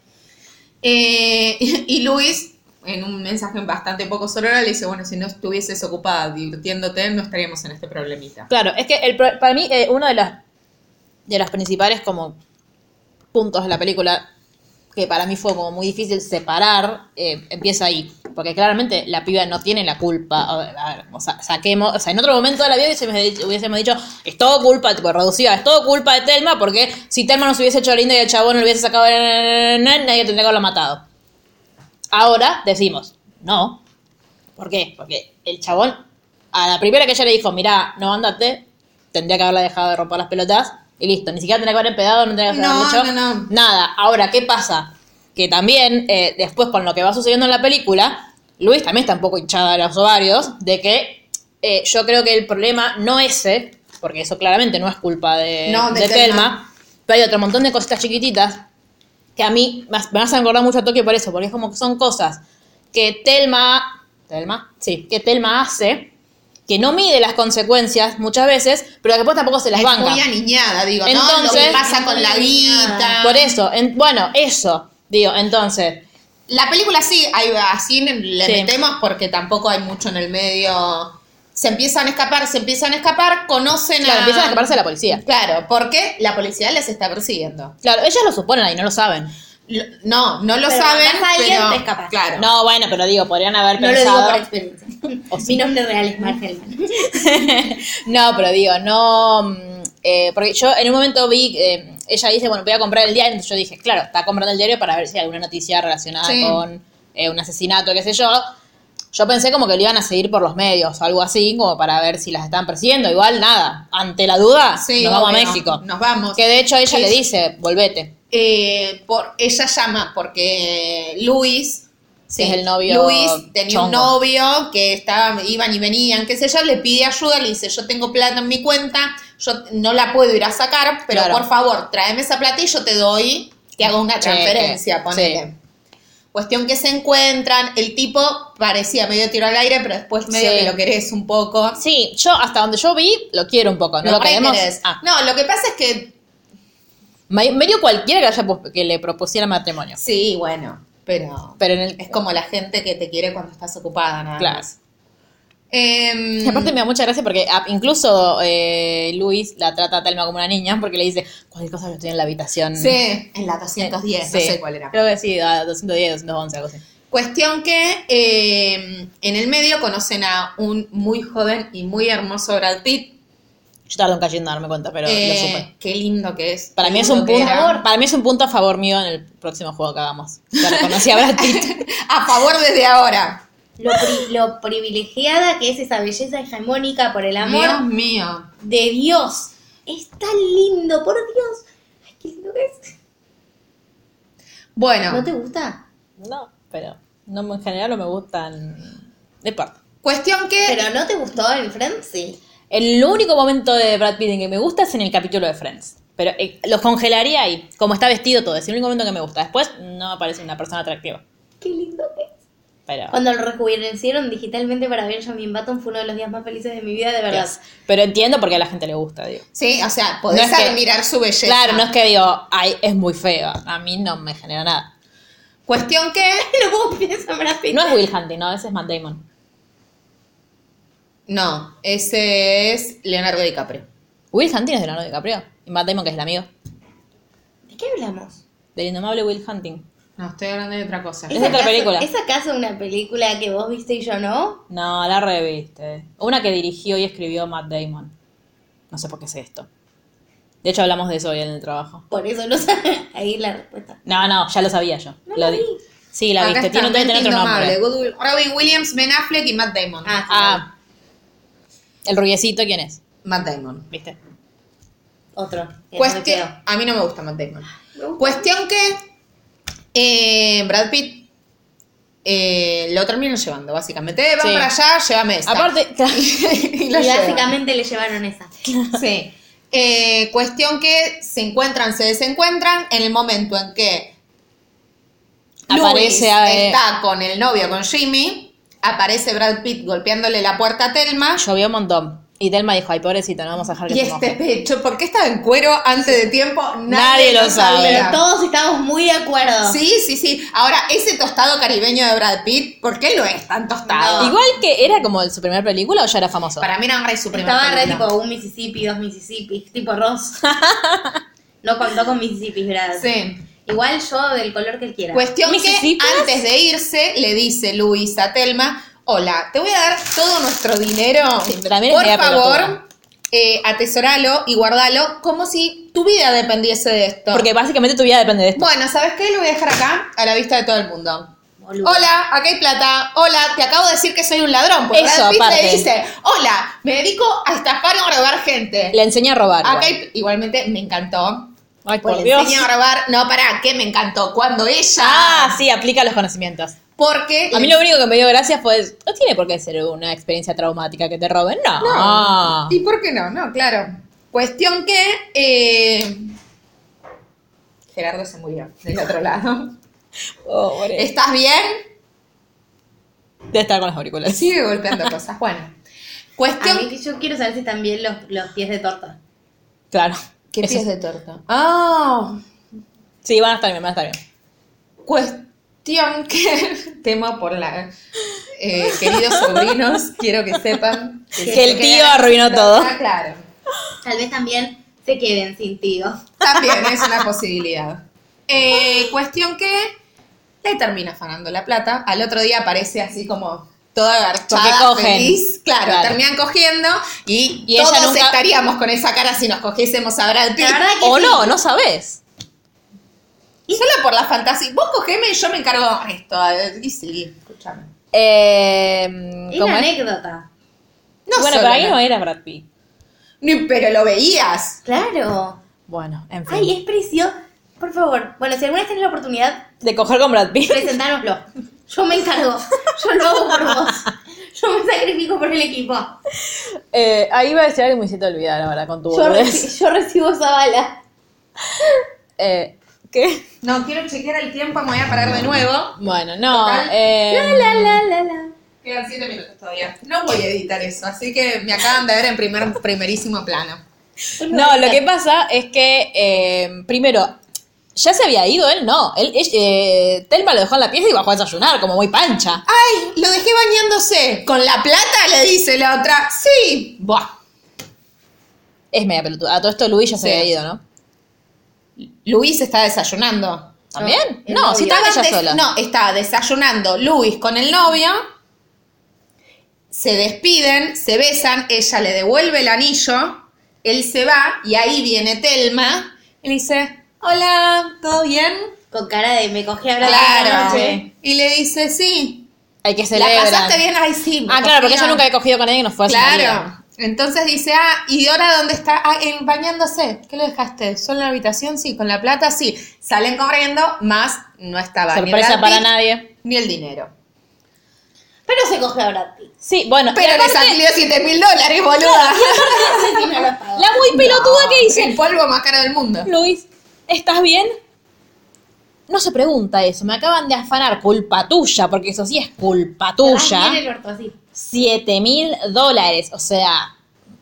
[SPEAKER 2] Eh, (laughs) y Luis, en un mensaje bastante poco sonoro, le dice, bueno, si no estuvieses ocupada divirtiéndote, no estaríamos en este problemita.
[SPEAKER 1] Claro, es que el pro- para mí eh, uno de los de los principales como puntos de la película que para mí fue como muy difícil separar eh, empieza ahí porque claramente la piba no tiene la culpa a ver, a ver, o sea, saquemos o sea en otro momento de la vida hubiésemos dicho, hubiésemos dicho, es todo culpa tipo reducida es todo culpa de Telma porque si Telma nos hubiese hecho lindo y el chabón no lo hubiese sacado nadie tendría que haberlo matado ahora decimos no ¿Por qué? Porque el chabón, a la primera que ella le dijo, mirá, no andate, tendría que haberla dejado de romper las pelotas y listo. Ni siquiera tendría que haber empedado, no tendría que haber
[SPEAKER 2] No,
[SPEAKER 1] mucho.
[SPEAKER 2] no, no.
[SPEAKER 1] Nada. Ahora, ¿qué pasa? Que también, eh, después con lo que va sucediendo en la película, Luis también está un poco hinchada de los ovarios, de que eh, yo creo que el problema no ese, porque eso claramente no es culpa de,
[SPEAKER 2] No, de
[SPEAKER 1] de
[SPEAKER 2] Thelma.
[SPEAKER 1] Thelma, pero hay otro montón de cositas chiquititas que a mí me has- me vas a acordar mucho a Tokio por eso, porque es como que son cosas que Telma, Telma, sí, que Telma hace, que no mide las consecuencias muchas veces, pero que después tampoco se las
[SPEAKER 2] Es
[SPEAKER 1] banca.
[SPEAKER 2] muy aniñada, digo, ¿no? Lo
[SPEAKER 1] Entonces-
[SPEAKER 2] que pasa con la guita.
[SPEAKER 1] Por eso, en- bueno, eso, digo, entonces,
[SPEAKER 2] La película sí, ahí va, así le
[SPEAKER 1] Sí.
[SPEAKER 2] metemos porque tampoco hay mucho en el medio. Se empiezan a escapar, se empiezan a escapar, conocen
[SPEAKER 1] claro,
[SPEAKER 2] a...
[SPEAKER 1] empiezan a escaparse de la policía.
[SPEAKER 2] Claro, porque la policía les está persiguiendo.
[SPEAKER 1] Claro, ellas lo suponen ahí, no lo saben.
[SPEAKER 2] Lo- No, no lo
[SPEAKER 3] Pero
[SPEAKER 2] saben,
[SPEAKER 3] matás a alguien,
[SPEAKER 2] pero...
[SPEAKER 3] te escapas.
[SPEAKER 2] Claro.
[SPEAKER 1] No, bueno, pero digo, podrían haber
[SPEAKER 3] No lo
[SPEAKER 1] pensado...
[SPEAKER 3] digo por
[SPEAKER 2] (laughs)
[SPEAKER 3] experiencia.
[SPEAKER 1] O sí.
[SPEAKER 3] Mi nombre real es Margelman.
[SPEAKER 1] no, pero digo, no. mm, eh, porque yo en un momento vi, eh, ella dice, bueno, voy a comprar el diario. Entonces yo dije, claro, está comprando el diario para ver si hay alguna noticia relacionada
[SPEAKER 2] Sí.
[SPEAKER 1] con eh, un asesinato, qué sé yo. Yo pensé como que lo iban a seguir por los medios, algo así, como para ver si las están persiguiendo. Igual, nada. Ante la duda,
[SPEAKER 2] Sí,
[SPEAKER 1] nos vamos a
[SPEAKER 2] obvio,
[SPEAKER 1] México.
[SPEAKER 2] Nos vamos.
[SPEAKER 1] Que de hecho ella
[SPEAKER 2] Sí.
[SPEAKER 1] le dice, volvete.
[SPEAKER 2] Eh, por, ella llama porque Luis, sí,
[SPEAKER 1] es el novio
[SPEAKER 2] Luis tenía un
[SPEAKER 1] chongo.
[SPEAKER 2] novio que estaba, iban y venían, qué sé yo, le pide ayuda, le dice, yo tengo plata en mi cuenta, yo no la puedo ir a sacar, pero
[SPEAKER 1] Claro.
[SPEAKER 2] por favor, tráeme esa plata y yo te doy, te hago una
[SPEAKER 1] Cheque,
[SPEAKER 2] transferencia, ponele.
[SPEAKER 1] sí.
[SPEAKER 2] Cuestión que se encuentran, el tipo parecía medio tiro al aire, pero después medio
[SPEAKER 1] Sí.
[SPEAKER 2] que lo querés un poco.
[SPEAKER 1] Sí, yo hasta donde yo vi, lo quiero un poco, no, lo
[SPEAKER 2] por ahí
[SPEAKER 1] queremos.
[SPEAKER 2] querés.
[SPEAKER 1] Ah,
[SPEAKER 2] No, lo que pasa es que
[SPEAKER 1] me- medio cualquiera que, haya, pos- que le propusiera matrimonio.
[SPEAKER 2] Sí, bueno, pero,
[SPEAKER 1] Pero en el-
[SPEAKER 2] es como la gente que te quiere cuando estás ocupada, nada
[SPEAKER 1] Claro.
[SPEAKER 2] más. Em,
[SPEAKER 1] Y aparte me da mucha gracia porque ah, incluso eh, Luis la trata a Telma como una niña porque le dice, cualquier cosa yo estoy en la habitación.
[SPEAKER 2] Sí,
[SPEAKER 3] mm.
[SPEAKER 2] en la 210, no
[SPEAKER 1] Sí.
[SPEAKER 2] sé cuál era.
[SPEAKER 1] Creo que sí, a 210, 211, algo así.
[SPEAKER 2] Cuestión que em, en el medio conocen a un muy joven y muy hermoso Brad Pitt.
[SPEAKER 1] Yo tardé un cachín en darme cuenta, pero
[SPEAKER 2] Eh,
[SPEAKER 1] lo supe.
[SPEAKER 2] Qué lindo que es.
[SPEAKER 1] Para
[SPEAKER 2] qué
[SPEAKER 1] mí, es
[SPEAKER 2] lindo
[SPEAKER 1] un
[SPEAKER 2] que
[SPEAKER 1] punto,
[SPEAKER 2] era.
[SPEAKER 1] para mí es un punto a favor mío en el próximo juego que hagamos. Ya reconocí a Brad
[SPEAKER 2] (laughs)
[SPEAKER 1] Pitt.
[SPEAKER 2] A favor desde ahora.
[SPEAKER 3] Lo, pri- lo privilegiada que es esa belleza hegemónica por el amor
[SPEAKER 2] Dios mío.
[SPEAKER 3] de Dios. Es tan lindo, por Dios. Ay, qué lindo que es.
[SPEAKER 2] Bueno,
[SPEAKER 3] ¿No te gusta?
[SPEAKER 1] No, pero no, en general no me gustan... De parte.
[SPEAKER 2] cuestión que.
[SPEAKER 3] ¿Pero no te gustó el Friends? Sí.
[SPEAKER 1] El único momento de Brad Pitt en que me gusta es en el capítulo de Friends. Pero eh, los congelaría ahí, como está vestido todo. Es el único momento que me gusta. Después no me parece una persona atractiva.
[SPEAKER 3] Qué lindo que es.
[SPEAKER 1] Pero,
[SPEAKER 3] Cuando lo rejuvenecieron digitalmente para Benjamin Button fue uno de los días más felices de mi vida, de verdad. (laughs)
[SPEAKER 1] Dios. pero entiendo porque a la gente le gusta, digo.
[SPEAKER 2] sí, o sea, podés
[SPEAKER 1] No es que-
[SPEAKER 2] admirar su belleza.
[SPEAKER 1] Claro, no es que digo, ay, es muy feo. A mí no me genera nada.
[SPEAKER 2] Cuestión que.
[SPEAKER 3] Pero ¿cómo piensa Brad Pitt?
[SPEAKER 1] No es Will Hunting, no, ese es Matt Damon.
[SPEAKER 2] No, ese es Leonardo DiCaprio.
[SPEAKER 1] Will Hunting es de Leonardo DiCaprio. Y Matt Damon, que es el amigo.
[SPEAKER 3] ¿De qué hablamos?
[SPEAKER 1] Del indomable Will Hunting.
[SPEAKER 2] No, estoy hablando de otra cosa.
[SPEAKER 1] Es otra
[SPEAKER 3] acaso-
[SPEAKER 1] película.
[SPEAKER 3] ¿Es acaso una película que vos viste y yo no?
[SPEAKER 1] No, la reviste. Una que dirigió y escribió Matt Damon. No sé por qué sé esto. De hecho, hablamos de eso hoy en el trabajo.
[SPEAKER 3] Por eso no sabes. (laughs) Ahí la respuesta.
[SPEAKER 1] No, no, ya lo sabía yo.
[SPEAKER 3] No
[SPEAKER 1] Lo
[SPEAKER 3] la
[SPEAKER 1] di-
[SPEAKER 3] vi.
[SPEAKER 1] Sí, la viste. Tiene, debe tener otro nombre.
[SPEAKER 2] Robin Williams, Ben Affleck y Matt Damon.
[SPEAKER 3] Ah,
[SPEAKER 1] Ah. El rubiecito, ¿quién es?
[SPEAKER 2] Matt Damon.
[SPEAKER 1] ¿Viste?
[SPEAKER 3] Otro. que no me
[SPEAKER 2] Cuestión,
[SPEAKER 3] quedó.
[SPEAKER 2] a mí no me gusta Matt Damon.
[SPEAKER 3] Me gusta.
[SPEAKER 2] Cuestión que eh, Brad Pitt eh, lo termino llevando, básicamente. Van
[SPEAKER 1] Sí.
[SPEAKER 2] para allá, llévame esta.
[SPEAKER 1] Aparte,
[SPEAKER 2] y
[SPEAKER 3] Y
[SPEAKER 2] lo llevan.
[SPEAKER 3] básicamente le llevaron esa.
[SPEAKER 2] (laughs) Sí. Eh, cuestión que se encuentran, se desencuentran en el momento en que
[SPEAKER 1] aparece
[SPEAKER 2] Luis
[SPEAKER 1] a eh, ver.
[SPEAKER 2] está con el novio, con Jimmy. Aparece Brad Pitt golpeándole la puerta a Telma.
[SPEAKER 1] Llovió un montón. Y Telma dijo, ay, pobrecita, no vamos a dejar que
[SPEAKER 2] Y
[SPEAKER 1] se
[SPEAKER 2] este
[SPEAKER 1] moje.
[SPEAKER 2] pecho, ¿por qué estaba en cuero antes de tiempo?
[SPEAKER 1] Nadie lo sabe.
[SPEAKER 3] Pero todos estamos muy de acuerdo.
[SPEAKER 2] Sí, sí, sí. Ahora, ese tostado caribeño de Brad Pitt, ¿por qué no es tan tostado?
[SPEAKER 3] No.
[SPEAKER 1] Igual que era como su primera película o ya era famoso.
[SPEAKER 2] Para mí era un rey supremo.
[SPEAKER 3] Estaba re tipo un Mississippi, dos Mississippi, tipo
[SPEAKER 1] (laughs)
[SPEAKER 3] Ross. no contó con Mississippi, ¿verdad?
[SPEAKER 2] Sí.
[SPEAKER 3] Igual yo del color que quiera.
[SPEAKER 1] Pues,
[SPEAKER 2] Cuestión que
[SPEAKER 1] ¿Mississippias?
[SPEAKER 2] antes de irse le dice Luis a Telma, hola, te voy a dar todo nuestro dinero,
[SPEAKER 1] Sí, pero también es
[SPEAKER 2] por
[SPEAKER 1] media
[SPEAKER 2] favor,
[SPEAKER 1] pelotuda.
[SPEAKER 2] eh, atesoralo y guardalo como si tu vida dependiese de esto.
[SPEAKER 1] Porque básicamente tu vida depende de esto.
[SPEAKER 2] bueno, ¿sabes qué? Lo voy a dejar acá a la vista de todo el mundo.
[SPEAKER 3] Boludo.
[SPEAKER 2] Hola, acá hay plata. Hola, te acabo de decir que soy un ladrón. Porque
[SPEAKER 1] Eso,
[SPEAKER 2] Brad Pitt le
[SPEAKER 1] aparte.
[SPEAKER 2] dice, hola, me dedico a estafar o a robar gente.
[SPEAKER 1] Le enseña a robar.
[SPEAKER 2] Acá
[SPEAKER 1] igual.
[SPEAKER 2] hay- igualmente me encantó.
[SPEAKER 1] Ay,
[SPEAKER 2] Pues
[SPEAKER 1] por
[SPEAKER 2] le
[SPEAKER 1] Dios.
[SPEAKER 2] enseña a robar. No, pará, que me encantó. Cuando ella.
[SPEAKER 1] Ah, sí, aplica los conocimientos.
[SPEAKER 2] Porque.
[SPEAKER 1] A mí lo único que me dio gracia fue, no tiene por qué ser una experiencia traumática que te roben, no. Ah.
[SPEAKER 2] No. ¿Y por qué no? No, claro. Cuestión que. eh, Gerardo se murió del
[SPEAKER 1] (laughs)
[SPEAKER 2] otro lado.
[SPEAKER 1] Pobre.
[SPEAKER 2] ¿Estás bien?
[SPEAKER 1] De estar con los auriculares.
[SPEAKER 2] Sigue golpeando cosas. Bueno.
[SPEAKER 3] A
[SPEAKER 2] Cuestión.
[SPEAKER 3] mí que yo quiero saber si están bien los, los pies de torta.
[SPEAKER 1] Claro.
[SPEAKER 2] ¿Qué
[SPEAKER 1] Eso-
[SPEAKER 2] pies de torta? Ah.
[SPEAKER 1] Sí, van a estar bien, van a estar bien.
[SPEAKER 2] Cuestión que. (laughs) Temo por la. eh, queridos sobrinos, quiero que sepan
[SPEAKER 1] Que el
[SPEAKER 2] se
[SPEAKER 1] tío
[SPEAKER 2] quedaron sin
[SPEAKER 1] arruinó todo.
[SPEAKER 2] torta, Claro.
[SPEAKER 3] Tal vez también se queden sin tío.
[SPEAKER 2] También es una posibilidad. Eh, cuestión que le termina afanando la plata. Al otro día aparece así como toda
[SPEAKER 1] Porque
[SPEAKER 2] garchada,
[SPEAKER 1] cogen.
[SPEAKER 2] feliz. Claro,
[SPEAKER 1] Claro.
[SPEAKER 2] terminan cogiendo y,
[SPEAKER 1] Y ella
[SPEAKER 2] todos
[SPEAKER 1] nunca-
[SPEAKER 2] estaríamos con esa cara si nos cogiésemos a Brad Pitt.
[SPEAKER 3] La verdad que
[SPEAKER 1] O
[SPEAKER 3] sí.
[SPEAKER 1] no, no sabes.
[SPEAKER 2] Y solo por la fantasía. Vos cogeme y yo me encargo de esto. Y sí, escúchame.
[SPEAKER 1] Eh,
[SPEAKER 3] Es
[SPEAKER 1] ¿cómo
[SPEAKER 3] una
[SPEAKER 1] es?
[SPEAKER 3] anécdota.
[SPEAKER 2] No
[SPEAKER 1] bueno,
[SPEAKER 2] solo
[SPEAKER 1] pero ahí
[SPEAKER 2] no.
[SPEAKER 1] no era Brad Pitt.
[SPEAKER 2] Ni- Pero lo veías.
[SPEAKER 3] Claro.
[SPEAKER 1] Bueno, en fin.
[SPEAKER 3] Ay, es precioso. Por favor. Bueno, si alguna vez tenés
[SPEAKER 1] (laughs)
[SPEAKER 3] la oportunidad,
[SPEAKER 1] De coger con Brad Pitt.
[SPEAKER 3] presentárnoslo. Yo me encargo. Yo lo hago por vos. Yo me sacrifico por el equipo.
[SPEAKER 1] (laughs) Eh, ahí iba a decir algo que me hiciste olvidar ahora con tu
[SPEAKER 3] Yo,
[SPEAKER 1] boludez. (laughs)
[SPEAKER 3] reci- yo recibo esa bala.
[SPEAKER 1] Eh, ¿Qué?
[SPEAKER 2] No, quiero chequear el tiempo, me voy a parar de nuevo.
[SPEAKER 1] Bueno, no.
[SPEAKER 2] Total.
[SPEAKER 1] eh,
[SPEAKER 3] La, la, la, la.
[SPEAKER 2] Quedan siete minutos todavía. No voy a editar eso, así que me acaban de ver en primer, primerísimo plano.
[SPEAKER 1] No, lo que pasa es que, eh, primero, ya se había ido él, no. Él, él- eh, Telma lo dejó en la pieza y bajó a desayunar, como muy pancha.
[SPEAKER 3] Ah.
[SPEAKER 2] ¡Ay! Lo dejé bañándose. Con la plata le dice la otra. Sí. Buah.
[SPEAKER 1] Es media pelotuda. A todo esto Luis ya se
[SPEAKER 2] Sí.
[SPEAKER 1] había ido, ¿no?
[SPEAKER 2] Luis está desayunando.
[SPEAKER 1] ¿También?
[SPEAKER 3] el
[SPEAKER 1] No,
[SPEAKER 3] novio.
[SPEAKER 1] si estaba ella
[SPEAKER 2] des-
[SPEAKER 1] sola.
[SPEAKER 2] No, está desayunando Luis con el novio. Se despiden, se besan, ella le devuelve el anillo, él se va y ahí viene Telma. Él dice, hola, ¿todo bien?
[SPEAKER 3] Con cara de me cogí ahora la
[SPEAKER 2] Claro.
[SPEAKER 3] noche.
[SPEAKER 2] Y le dice, sí,
[SPEAKER 1] Hay que
[SPEAKER 2] ¿La
[SPEAKER 1] celebrar.
[SPEAKER 2] pasaste bien? Ay, sí.
[SPEAKER 1] Ah, claro, porque
[SPEAKER 2] yo
[SPEAKER 1] ella nunca había cogido con nadie que no fuera
[SPEAKER 2] Claro. Entonces dice, ah, ¿y ahora dónde está? Ah, en- bañándose. ¿Qué lo dejaste? ¿Solo en la habitación? Sí. ¿Con la plata? Sí. Salen corriendo, más no estaba ni Brad
[SPEAKER 1] Sorpresa para
[SPEAKER 2] Pitt,
[SPEAKER 1] nadie.
[SPEAKER 2] Ni el dinero.
[SPEAKER 3] Pero se coge a Brad Pitt.
[SPEAKER 1] Sí, bueno.
[SPEAKER 2] Pero
[SPEAKER 1] y
[SPEAKER 2] le
[SPEAKER 1] aparte,
[SPEAKER 2] salió 7 mil dólares, boluda.
[SPEAKER 3] Así no lo pago.
[SPEAKER 1] la muy pelotuda que
[SPEAKER 2] (laughs) El
[SPEAKER 1] dice,
[SPEAKER 2] polvo más caro del mundo.
[SPEAKER 1] Luis, ¿estás bien? No se pregunta eso, me acaban de afanar, culpa tuya, porque eso sí es culpa tuya.
[SPEAKER 3] Mira el orto así.
[SPEAKER 1] 7 mil dólares. O sea,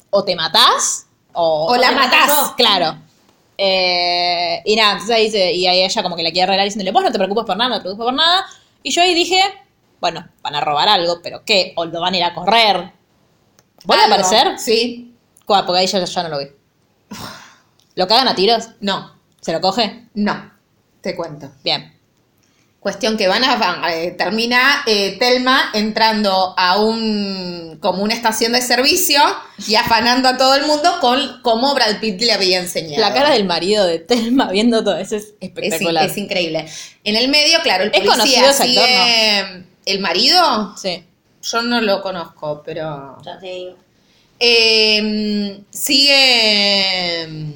[SPEAKER 1] o te matás o,
[SPEAKER 2] O la
[SPEAKER 1] te
[SPEAKER 2] matás.
[SPEAKER 1] Claro. Eh, y nada, entonces ahí dice, y ahí ella como que la quiere arreglar diciéndole, vos no te preocupes por nada, no te preocupes por nada. Y yo ahí dije, bueno, van a robar algo, pero ¿qué? O lo van a ir a correr. ¿Van a
[SPEAKER 2] Algo.
[SPEAKER 1] aparecer?
[SPEAKER 2] Sí.
[SPEAKER 1] Cuá, Porque ahí yo ya no lo vi. ¿Lo cagan a tiros?
[SPEAKER 2] No.
[SPEAKER 1] ¿Se lo coge?
[SPEAKER 2] No. Te cuento.
[SPEAKER 1] Bien.
[SPEAKER 2] Cuestión que van a van, eh, termina eh, Telma entrando a un como una estación de servicio y afanando a todo el mundo con como Brad Pitt le había enseñado.
[SPEAKER 1] La cara del marido de Telma viendo todo eso es
[SPEAKER 2] es, in-
[SPEAKER 1] espectacular.
[SPEAKER 2] es increíble. En el medio, claro, el
[SPEAKER 1] ¿Es
[SPEAKER 2] policía
[SPEAKER 1] conocido ese actor,
[SPEAKER 2] sigue- el marido,
[SPEAKER 1] Sí.
[SPEAKER 2] yo no lo conozco, pero
[SPEAKER 3] Ya te digo.
[SPEAKER 2] Eh, sigue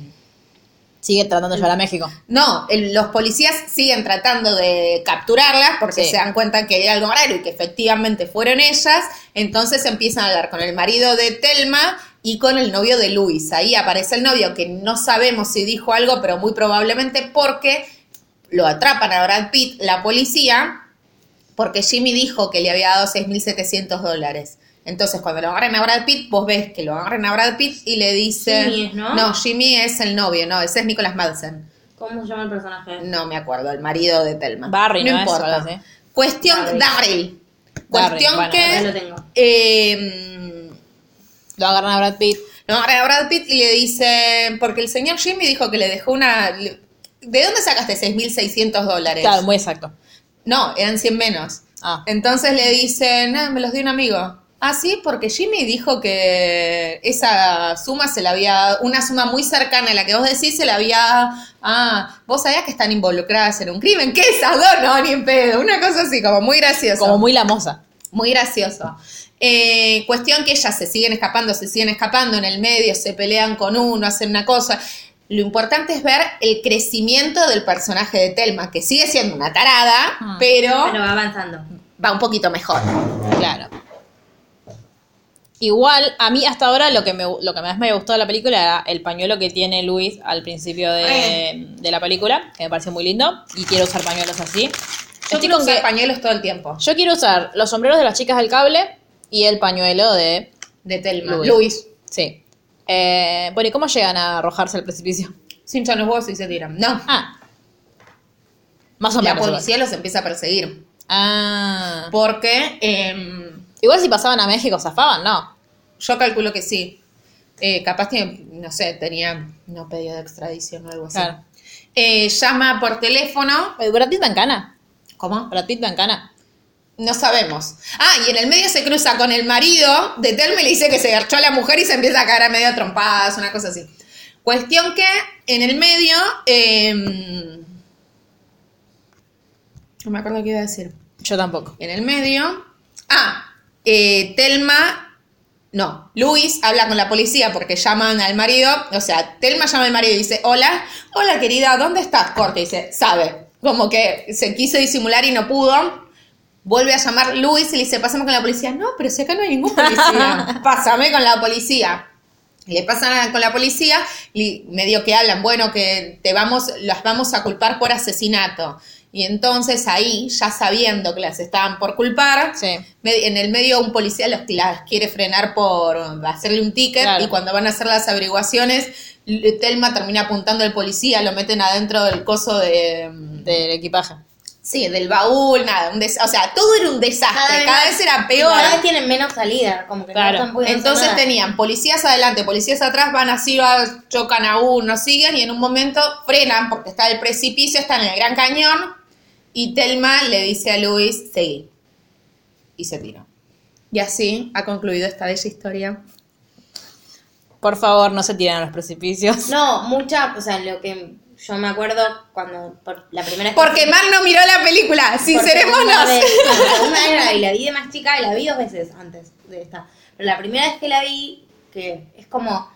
[SPEAKER 1] Sigue tratando de llevar a México.
[SPEAKER 2] No, el- los policías siguen tratando de capturarlas porque
[SPEAKER 1] Sí.
[SPEAKER 2] se dan cuenta que era algo raro y que efectivamente fueron ellas. Entonces empiezan a hablar con el marido de Telma y con el novio de Luis. Ahí aparece el novio que no sabemos si dijo algo, pero muy probablemente porque lo atrapan a Brad Pitt, la policía, porque Jimmy dijo que le había dado 6.700 dólares. Entonces, cuando lo agarran a Brad Pitt, vos ves que lo agarran a Brad Pitt y le dicen.
[SPEAKER 3] Jimmy es, ¿no?
[SPEAKER 2] Jimmy es el novio, no, ese es Nicolas Madsen.
[SPEAKER 3] ¿Cómo se llama el personaje?
[SPEAKER 2] No me acuerdo, el marido de Telma.
[SPEAKER 1] Barry, ¿no?
[SPEAKER 2] no
[SPEAKER 1] Es
[SPEAKER 2] importa.
[SPEAKER 1] algo así.
[SPEAKER 2] Cuestión,
[SPEAKER 3] Barry.
[SPEAKER 2] Darryl.
[SPEAKER 1] Darryl,
[SPEAKER 2] Cuestión
[SPEAKER 1] bueno,
[SPEAKER 3] Ya
[SPEAKER 2] que.
[SPEAKER 3] lo tengo.
[SPEAKER 2] eh,
[SPEAKER 1] Lo agarran a Brad Pitt.
[SPEAKER 2] lo agarran a Brad Pitt y le dicen. Porque el señor Jimmy dijo que le dejó una. le- ¿De dónde sacaste 6.600 dólares?
[SPEAKER 1] Claro, muy exacto.
[SPEAKER 2] No, eran 100 menos.
[SPEAKER 1] Ah.
[SPEAKER 2] Entonces le dicen, "Ah, me los dio un amigo. Ah, sí, porque Jimmy dijo que esa suma se la había, una suma muy cercana a la que vos decís, se la había, ah, vos sabías que están involucradas en un crimen, ¿qué esas dos? No, ni en pedo, una cosa así, como muy gracioso.
[SPEAKER 1] Como muy la moza.
[SPEAKER 2] Muy gracioso. Eh, cuestión que ellas se siguen escapando, se siguen escapando en el medio, se pelean con uno, hacen una cosa. Lo importante es ver el crecimiento del personaje de Telma, que sigue siendo una tarada,
[SPEAKER 1] Ah,
[SPEAKER 3] Pero va avanzando.
[SPEAKER 2] va un poquito mejor.
[SPEAKER 1] Claro. Igual, a mí hasta ahora lo que, me, lo que más me gustó de la película era el pañuelo que tiene Luis al principio de, de la película, que me pareció muy lindo, y quiero usar pañuelos así.
[SPEAKER 2] Yo
[SPEAKER 1] Estoy
[SPEAKER 2] quiero
[SPEAKER 1] con
[SPEAKER 2] usar
[SPEAKER 1] que-
[SPEAKER 2] pañuelos todo el tiempo.
[SPEAKER 1] yo quiero usar los sombreros de las chicas del cable y el pañuelo de
[SPEAKER 2] De Telma.
[SPEAKER 1] Luis. Sí. Eh, bueno, ¿y cómo llegan a arrojarse al precipicio? (laughs)
[SPEAKER 2] Se hinchan los huevos y se tiran. No.
[SPEAKER 1] Ah. Más o
[SPEAKER 2] la
[SPEAKER 1] menos. igual.
[SPEAKER 2] policía los empieza a perseguir.
[SPEAKER 1] Ah.
[SPEAKER 2] Porque eh,
[SPEAKER 1] Igual si pasaban a México, zafaban, ¿no?
[SPEAKER 2] yo calculo que sí. Eh, capaz que, no sé, tenía no pedido de extradición o algo así.
[SPEAKER 1] Claro.
[SPEAKER 2] Eh, llama por teléfono.
[SPEAKER 1] Eh, Brad Pitt está en cana.
[SPEAKER 2] ¿Cómo?
[SPEAKER 1] Brad Pitt está en cana.
[SPEAKER 2] No sabemos. Ah, y en el medio se cruza con el marido de Telma y le dice que se garchó a la mujer y se empieza a caer a medio a trompadas, una cosa así. Cuestión que en el medio. eh, no me acuerdo qué iba a decir.
[SPEAKER 1] Yo tampoco.
[SPEAKER 2] En el medio. Ah, eh, Telma. No, Luis habla con la policía porque llaman al marido. O sea, Telma llama al marido y dice: Hola, hola querida, ¿dónde estás? Corte, dice: Sabe. Como que se quiso disimular y no pudo. Vuelve a llamar Luis y le dice: Pásame con la policía. No, pero si acá no hay ningún policía. Pásame con la policía. Le pasan a- con la policía y medio que hablan, bueno, que te vamos, las vamos a culpar por asesinato. Y entonces ahí, ya sabiendo que las estaban por culpar,
[SPEAKER 1] Sí.
[SPEAKER 2] me- en el medio un policía los, las quiere frenar por hacerle un ticket
[SPEAKER 1] Claro.
[SPEAKER 2] y cuando van a hacer las averiguaciones, L- Telma termina apuntando al policía, lo meten adentro del coso de... mm,
[SPEAKER 1] Del equipaje.
[SPEAKER 2] Sí, del baúl, nada, un des- o sea, todo era un desastre, cada vez,
[SPEAKER 3] más-
[SPEAKER 2] era peor.
[SPEAKER 3] Cada vez tienen menos salida. Como que no
[SPEAKER 1] Claro.
[SPEAKER 3] están pudiendo hacer
[SPEAKER 2] Entonces
[SPEAKER 3] nada.
[SPEAKER 2] tenían policías adelante, policías atrás, van así, va, chocan a uno, siguen y en un momento frenan porque está el precipicio, están en el Gran Cañón y Telma le dice a Luis, seguí. Y se tiró. Y así ha concluido esta bella historia.
[SPEAKER 1] Por favor, no se tiren a los precipicios.
[SPEAKER 3] No, mucha, o sea, lo que yo me acuerdo cuando por la primera vez que-
[SPEAKER 2] Porque Mar no miró la película,
[SPEAKER 3] Porque una
[SPEAKER 2] sincerémonos.
[SPEAKER 3] vez- no, Una vez la vi, la vi de más chica y la vi dos veces antes de esta. Pero la primera vez que la vi, que es como.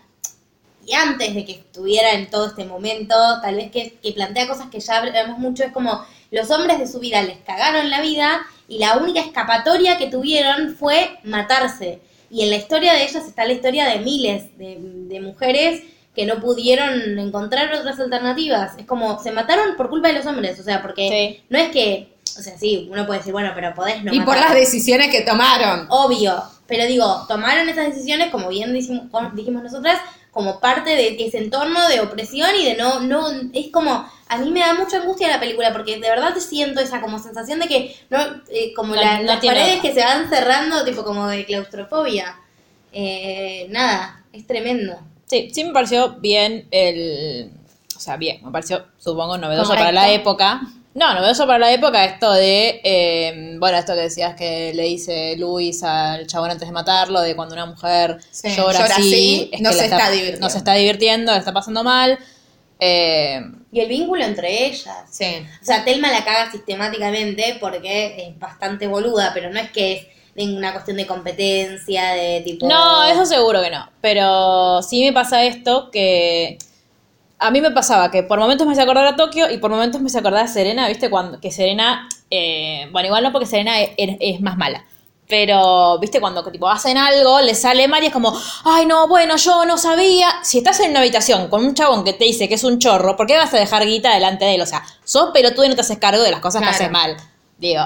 [SPEAKER 3] Y antes de que estuviera en todo este momento, tal vez que, que plantea cosas que ya hablamos mucho, es como los hombres de su vida les cagaron la vida y la única escapatoria que tuvieron fue matarse. Y en la historia de ellas está la historia de miles de, de mujeres que no pudieron encontrar otras alternativas. Es como, se mataron por culpa de los hombres, o sea, porque
[SPEAKER 1] Sí.
[SPEAKER 3] no es que, o sea, sí, uno puede decir, bueno, pero podés no
[SPEAKER 2] y por
[SPEAKER 3] matar.
[SPEAKER 2] las decisiones que tomaron.
[SPEAKER 3] Obvio, pero digo, tomaron esas decisiones, como bien dijimos, dijimos nosotras, como parte de ese entorno de opresión y de no, no, es como, a mí me da mucha angustia la película, porque de verdad te siento esa como sensación de que, no, eh, como
[SPEAKER 1] No-
[SPEAKER 3] la-
[SPEAKER 1] no
[SPEAKER 3] las
[SPEAKER 1] tiene
[SPEAKER 3] paredes
[SPEAKER 1] otra.
[SPEAKER 3] que se van cerrando, tipo como de claustrofobia. Eh, nada, es tremendo.
[SPEAKER 1] Sí, sí me pareció bien el... O sea, bien, me pareció, supongo, novedoso
[SPEAKER 2] Correcto.
[SPEAKER 1] para la época. No, novedoso para la época esto de... eh, bueno, esto que decías que le dice Luis al chabón antes de matarlo, de cuando una mujer
[SPEAKER 2] Sí,
[SPEAKER 1] llora,
[SPEAKER 2] llora así,
[SPEAKER 1] así... es
[SPEAKER 2] no
[SPEAKER 1] que la
[SPEAKER 2] se está divirtiendo.
[SPEAKER 1] No se está divirtiendo, la está pasando mal. Eh,
[SPEAKER 3] Y el vínculo entre ellas.
[SPEAKER 2] Sí.
[SPEAKER 3] O sea, Telma la caga sistemáticamente porque es bastante boluda, pero no es que es de una cuestión de competencia, de tipo...
[SPEAKER 1] No, eso seguro que no. Pero sí me pasa esto que. A mí me pasaba que por momentos me se acordar a Tokio y por momentos me se acordar a Serena, ¿viste? Cuando, que Serena. eh, bueno, igual no porque Serena es, es- es más mala. Pero, ¿viste? Cuando tipo, hacen algo, le sale mal y es como, ay, no, bueno, yo no sabía. Si estás en una habitación con un chabón que te dice que es un chorro, ¿por qué vas a dejar guita delante de él? O sea, sos pelotudo y no te haces cargo de las cosas
[SPEAKER 2] Claro.
[SPEAKER 1] que haces mal. Digo,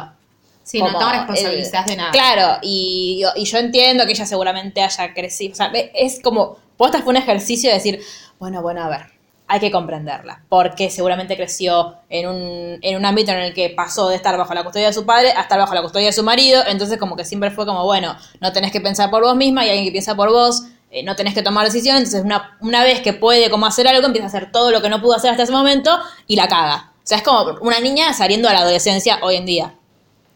[SPEAKER 2] Sí, no,
[SPEAKER 1] como
[SPEAKER 2] no te
[SPEAKER 1] el-
[SPEAKER 2] responsabilizás de nada.
[SPEAKER 1] Claro, y, y yo entiendo que ella seguramente haya crecido. O sea, ve- es como, posta fue un ejercicio de decir, bueno, bueno, a ver, hay que comprenderla, porque seguramente creció en un, en un ámbito en el que pasó de estar bajo la custodia de su padre a estar bajo la custodia de su marido, entonces como que siempre fue como, bueno, no tenés que pensar por vos misma y alguien que piensa por vos, eh, no tenés que tomar decisiones, entonces una, una vez que puede como hacer algo, empieza a hacer todo lo que no pudo hacer hasta ese momento y la caga. O sea, es como una niña saliendo a la adolescencia hoy en día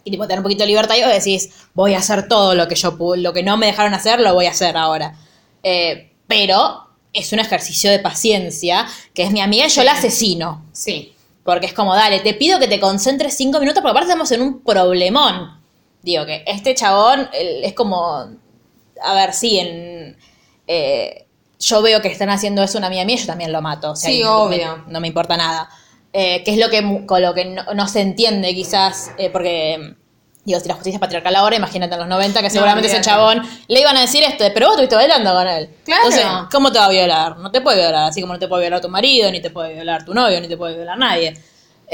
[SPEAKER 1] y tipo tener un poquito de libertad y vos decís, voy a hacer todo lo que yo pude, lo que no me dejaron hacer, lo voy a hacer ahora. Eh, pero es un ejercicio de paciencia, que es mi amiga, yo la asesino.
[SPEAKER 2] Sí.
[SPEAKER 1] Porque es como, dale, te pido que te concentres cinco minutos, porque aparte estamos en un problemón. Digo que este chabón él, es como, a ver, sí, en, eh, yo veo que están haciendo eso una amiga mía, yo también lo mato. O sea,
[SPEAKER 2] Sí,
[SPEAKER 1] y
[SPEAKER 2] obvio.
[SPEAKER 1] me- no me importa nada. Eh, que es lo que, mu- con lo que no, no se entiende quizás, eh, porque, digo, si la justicia es patriarcal ahora, imagínate en los 90, que seguramente ese
[SPEAKER 2] olvídate.
[SPEAKER 1] chabón le iban a decir esto, de, pero vos estuviste bailando con él.
[SPEAKER 2] Claro.
[SPEAKER 1] Entonces, ¿cómo te va a violar? No te puede violar, así como no te puede violar tu marido, ni te puede violar tu novio, ni te puede violar nadie.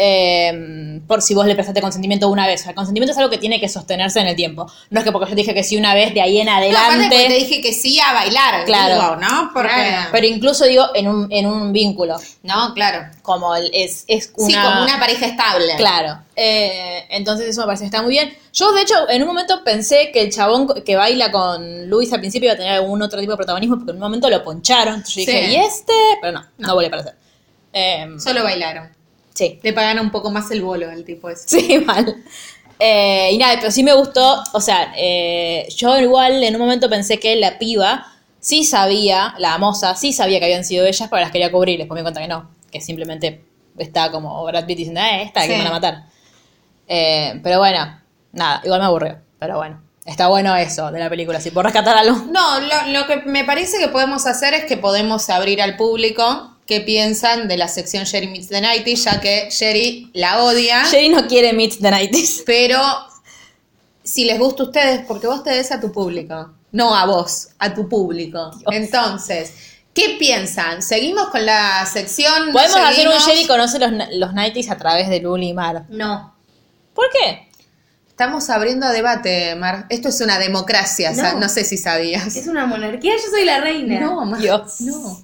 [SPEAKER 1] Eh, por si vos le prestaste consentimiento una vez. O sea, el consentimiento es algo que tiene que sostenerse en el tiempo. No es que porque yo te dije que sí una vez, de ahí en
[SPEAKER 2] No, aparte
[SPEAKER 1] adelante.
[SPEAKER 2] porque te dije que sí a bailar,
[SPEAKER 1] Claro.
[SPEAKER 2] digo, ¿no? Porque...
[SPEAKER 1] Pero incluso digo, en un, en un vínculo.
[SPEAKER 2] No, claro.
[SPEAKER 1] Como el- es, es una.
[SPEAKER 2] Sí, como una pareja estable.
[SPEAKER 1] Claro. Eh, entonces eso me parece que está muy bien. Yo, de hecho, en un momento pensé que el chabón co- que baila con Luis al principio iba a tener algún otro tipo de protagonismo, porque en un momento lo poncharon. Entonces yo
[SPEAKER 2] Sí.
[SPEAKER 1] dije, ¿y este? Pero no, no, volvió a aparecer. Eh,
[SPEAKER 2] Solo bailaron.
[SPEAKER 1] sí.
[SPEAKER 2] Le pagaron un poco más el bolo al tipo ese.
[SPEAKER 1] (laughs) Sí, mal. Eh, y nada, pero sí me gustó, o sea, eh, yo igual en un momento pensé que la piba sí sabía, la moza sí sabía que habían sido ellas, pero las quería cubrir, después me di cuenta que no, que simplemente estaba como Brad Pitt diciendo, eh, esta, que
[SPEAKER 2] Sí.
[SPEAKER 1] me van a matar. Eh, pero bueno, nada, igual me aburrió, pero bueno, está bueno eso de la película, si por rescatar
[SPEAKER 2] (laughs)
[SPEAKER 1] algo.
[SPEAKER 2] No, lo, lo que me parece que podemos hacer es que podemos abrir al público qué piensan de la sección Sherry Meets the Nighty, ya que Sherry la odia,
[SPEAKER 1] Sherry no quiere Meet the Nighties.
[SPEAKER 2] (laughs) pero si les gusta a ustedes, porque vos te des a tu público, no a vos, a tu público. Entonces, ¿qué piensan? ¿Seguimos con la sección? ¿No
[SPEAKER 1] Podemos hacer un
[SPEAKER 2] seguimos?
[SPEAKER 1] Sherry conoce los, los Nighties a través de Luli y Mar.
[SPEAKER 3] No.
[SPEAKER 1] ¿Por qué?
[SPEAKER 2] Estamos abriendo a debate, Mar. Esto es una democracia, sa- no,
[SPEAKER 3] No.
[SPEAKER 2] sé si sabías.
[SPEAKER 3] Es una monarquía, yo soy la reina.
[SPEAKER 2] No, Mar,
[SPEAKER 1] Dios.
[SPEAKER 2] no.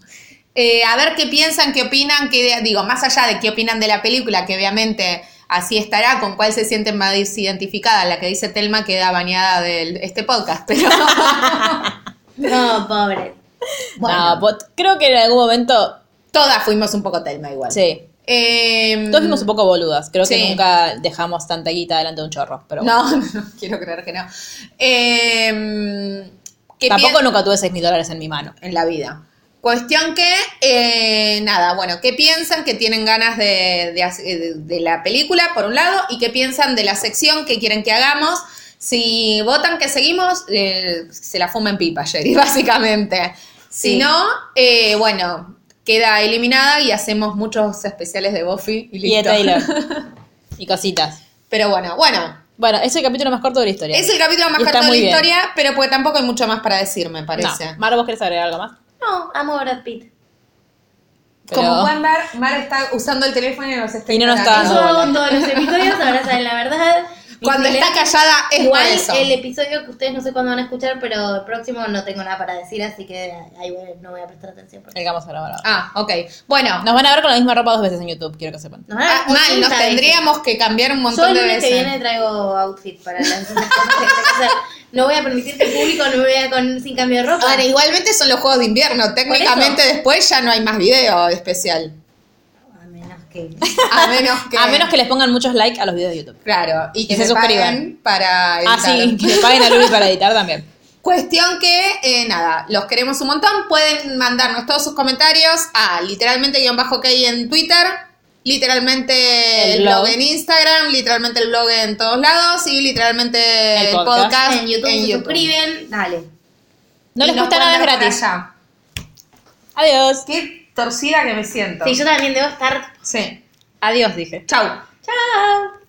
[SPEAKER 2] Eh, a ver qué piensan, qué opinan, qué idea- digo, más allá de qué opinan de la película, que obviamente así estará, con cuál se sienten más identificada, la que dice Telma queda bañada de este podcast,
[SPEAKER 1] (laughs)
[SPEAKER 2] pero
[SPEAKER 3] No, pobre.
[SPEAKER 1] No, pot- pues, creo que en algún momento
[SPEAKER 2] todas fuimos un poco Telma igual.
[SPEAKER 1] Sí.
[SPEAKER 2] Eh,
[SPEAKER 1] Todos fuimos un poco boludas. Creo
[SPEAKER 2] Sí.
[SPEAKER 1] que nunca dejamos tanta guita delante de un chorro. Pero bueno.
[SPEAKER 2] No, (laughs) no, quiero creer que no. Eh, ¿qué
[SPEAKER 1] Tampoco
[SPEAKER 2] piensan?
[SPEAKER 1] nunca tuve 6 mil dólares en mi mano.
[SPEAKER 2] en la vida. Cuestión que, eh, nada, bueno, ¿qué piensan que tienen ganas de, de hace- de- de la película, por un lado? ¿Y qué piensan de la sección que quieren que hagamos? Si votan que seguimos, eh, se la fumen pipa, Jerry, (laughs) básicamente. Si
[SPEAKER 3] Sí.
[SPEAKER 2] no, eh, bueno, queda eliminada y hacemos muchos especiales de Buffy y
[SPEAKER 1] Y de
[SPEAKER 2] listo. (laughs)
[SPEAKER 1] Taylor. y cositas.
[SPEAKER 2] Pero bueno, bueno,
[SPEAKER 1] Bueno, es el capítulo más corto de la historia.
[SPEAKER 2] es el capítulo más
[SPEAKER 1] Y está
[SPEAKER 2] corto de la
[SPEAKER 1] muy bien.
[SPEAKER 2] historia, pero porque tampoco hay mucho más para decir, me parece.
[SPEAKER 1] No. Mar, ¿vos querés agregar algo más?
[SPEAKER 3] No, amo a Brad Pitt.
[SPEAKER 1] Pero-
[SPEAKER 2] Como pueden ver, Mar está usando el teléfono y nos está
[SPEAKER 1] Y no nos
[SPEAKER 2] ignorando.
[SPEAKER 1] está
[SPEAKER 3] Yo
[SPEAKER 1] dando bola.
[SPEAKER 3] hago todos los episodios, ahora saben
[SPEAKER 2] (laughs)
[SPEAKER 3] la verdad. Mi
[SPEAKER 2] Cuando está
[SPEAKER 3] silencio-
[SPEAKER 2] callada es
[SPEAKER 3] Igual
[SPEAKER 2] por eso.
[SPEAKER 3] el episodio que ustedes no sé cuándo van a escuchar, pero el próximo no tengo nada para decir, así que ahí voy- no voy a prestar atención. porque-
[SPEAKER 1] El que vamos a grabar ahora.
[SPEAKER 2] Ah, ok. Bueno,
[SPEAKER 1] Nos van a ver con la misma ropa dos veces en YouTube, quiero que sepan.
[SPEAKER 3] Nos van a
[SPEAKER 2] ah,
[SPEAKER 3] dar
[SPEAKER 2] mal, nos
[SPEAKER 3] 80 veces.
[SPEAKER 2] tendríamos que cambiar un
[SPEAKER 3] Yo
[SPEAKER 2] montón
[SPEAKER 3] el
[SPEAKER 2] de
[SPEAKER 3] lunes
[SPEAKER 2] veces.
[SPEAKER 3] que viene traigo outfit para las (laughs) cosas que tengo que hacer. No voy a permitir que el público no me vea con, sin cambio de ropa.
[SPEAKER 2] Ahora, igualmente son los juegos de invierno. Técnicamente después ya no hay más video (laughs) especial.
[SPEAKER 3] A Ah, menos que...
[SPEAKER 2] A menos que.
[SPEAKER 1] A menos que les pongan muchos likes a los videos de YouTube.
[SPEAKER 2] Claro, y que
[SPEAKER 1] se
[SPEAKER 2] me
[SPEAKER 1] suscriban.
[SPEAKER 2] paguen para editar.
[SPEAKER 1] Ah, sí, que le paguen a Luli para editar también.
[SPEAKER 2] Cuestión que, eh, nada, los queremos un montón. Pueden mandarnos todos sus comentarios a literalmente guión bajo K en Twitter, literalmente el,
[SPEAKER 1] El
[SPEAKER 2] blog.
[SPEAKER 1] blog.
[SPEAKER 2] en Instagram, literalmente el blog en todos lados y literalmente el,
[SPEAKER 1] El
[SPEAKER 2] podcast,
[SPEAKER 1] podcast.
[SPEAKER 3] en YouTube
[SPEAKER 2] en
[SPEAKER 3] se
[SPEAKER 2] YouTube.
[SPEAKER 3] suscriben, dale.
[SPEAKER 1] No
[SPEAKER 2] Y
[SPEAKER 1] les
[SPEAKER 2] nos
[SPEAKER 1] cuesta nada, es
[SPEAKER 2] pueden ver
[SPEAKER 1] gratis.
[SPEAKER 2] por allá.
[SPEAKER 1] Adiós.
[SPEAKER 2] Qué torcida que me siento.
[SPEAKER 3] Sí, yo también debo estar
[SPEAKER 2] sí.
[SPEAKER 1] Adiós, dije.
[SPEAKER 2] Chau.
[SPEAKER 3] Chao.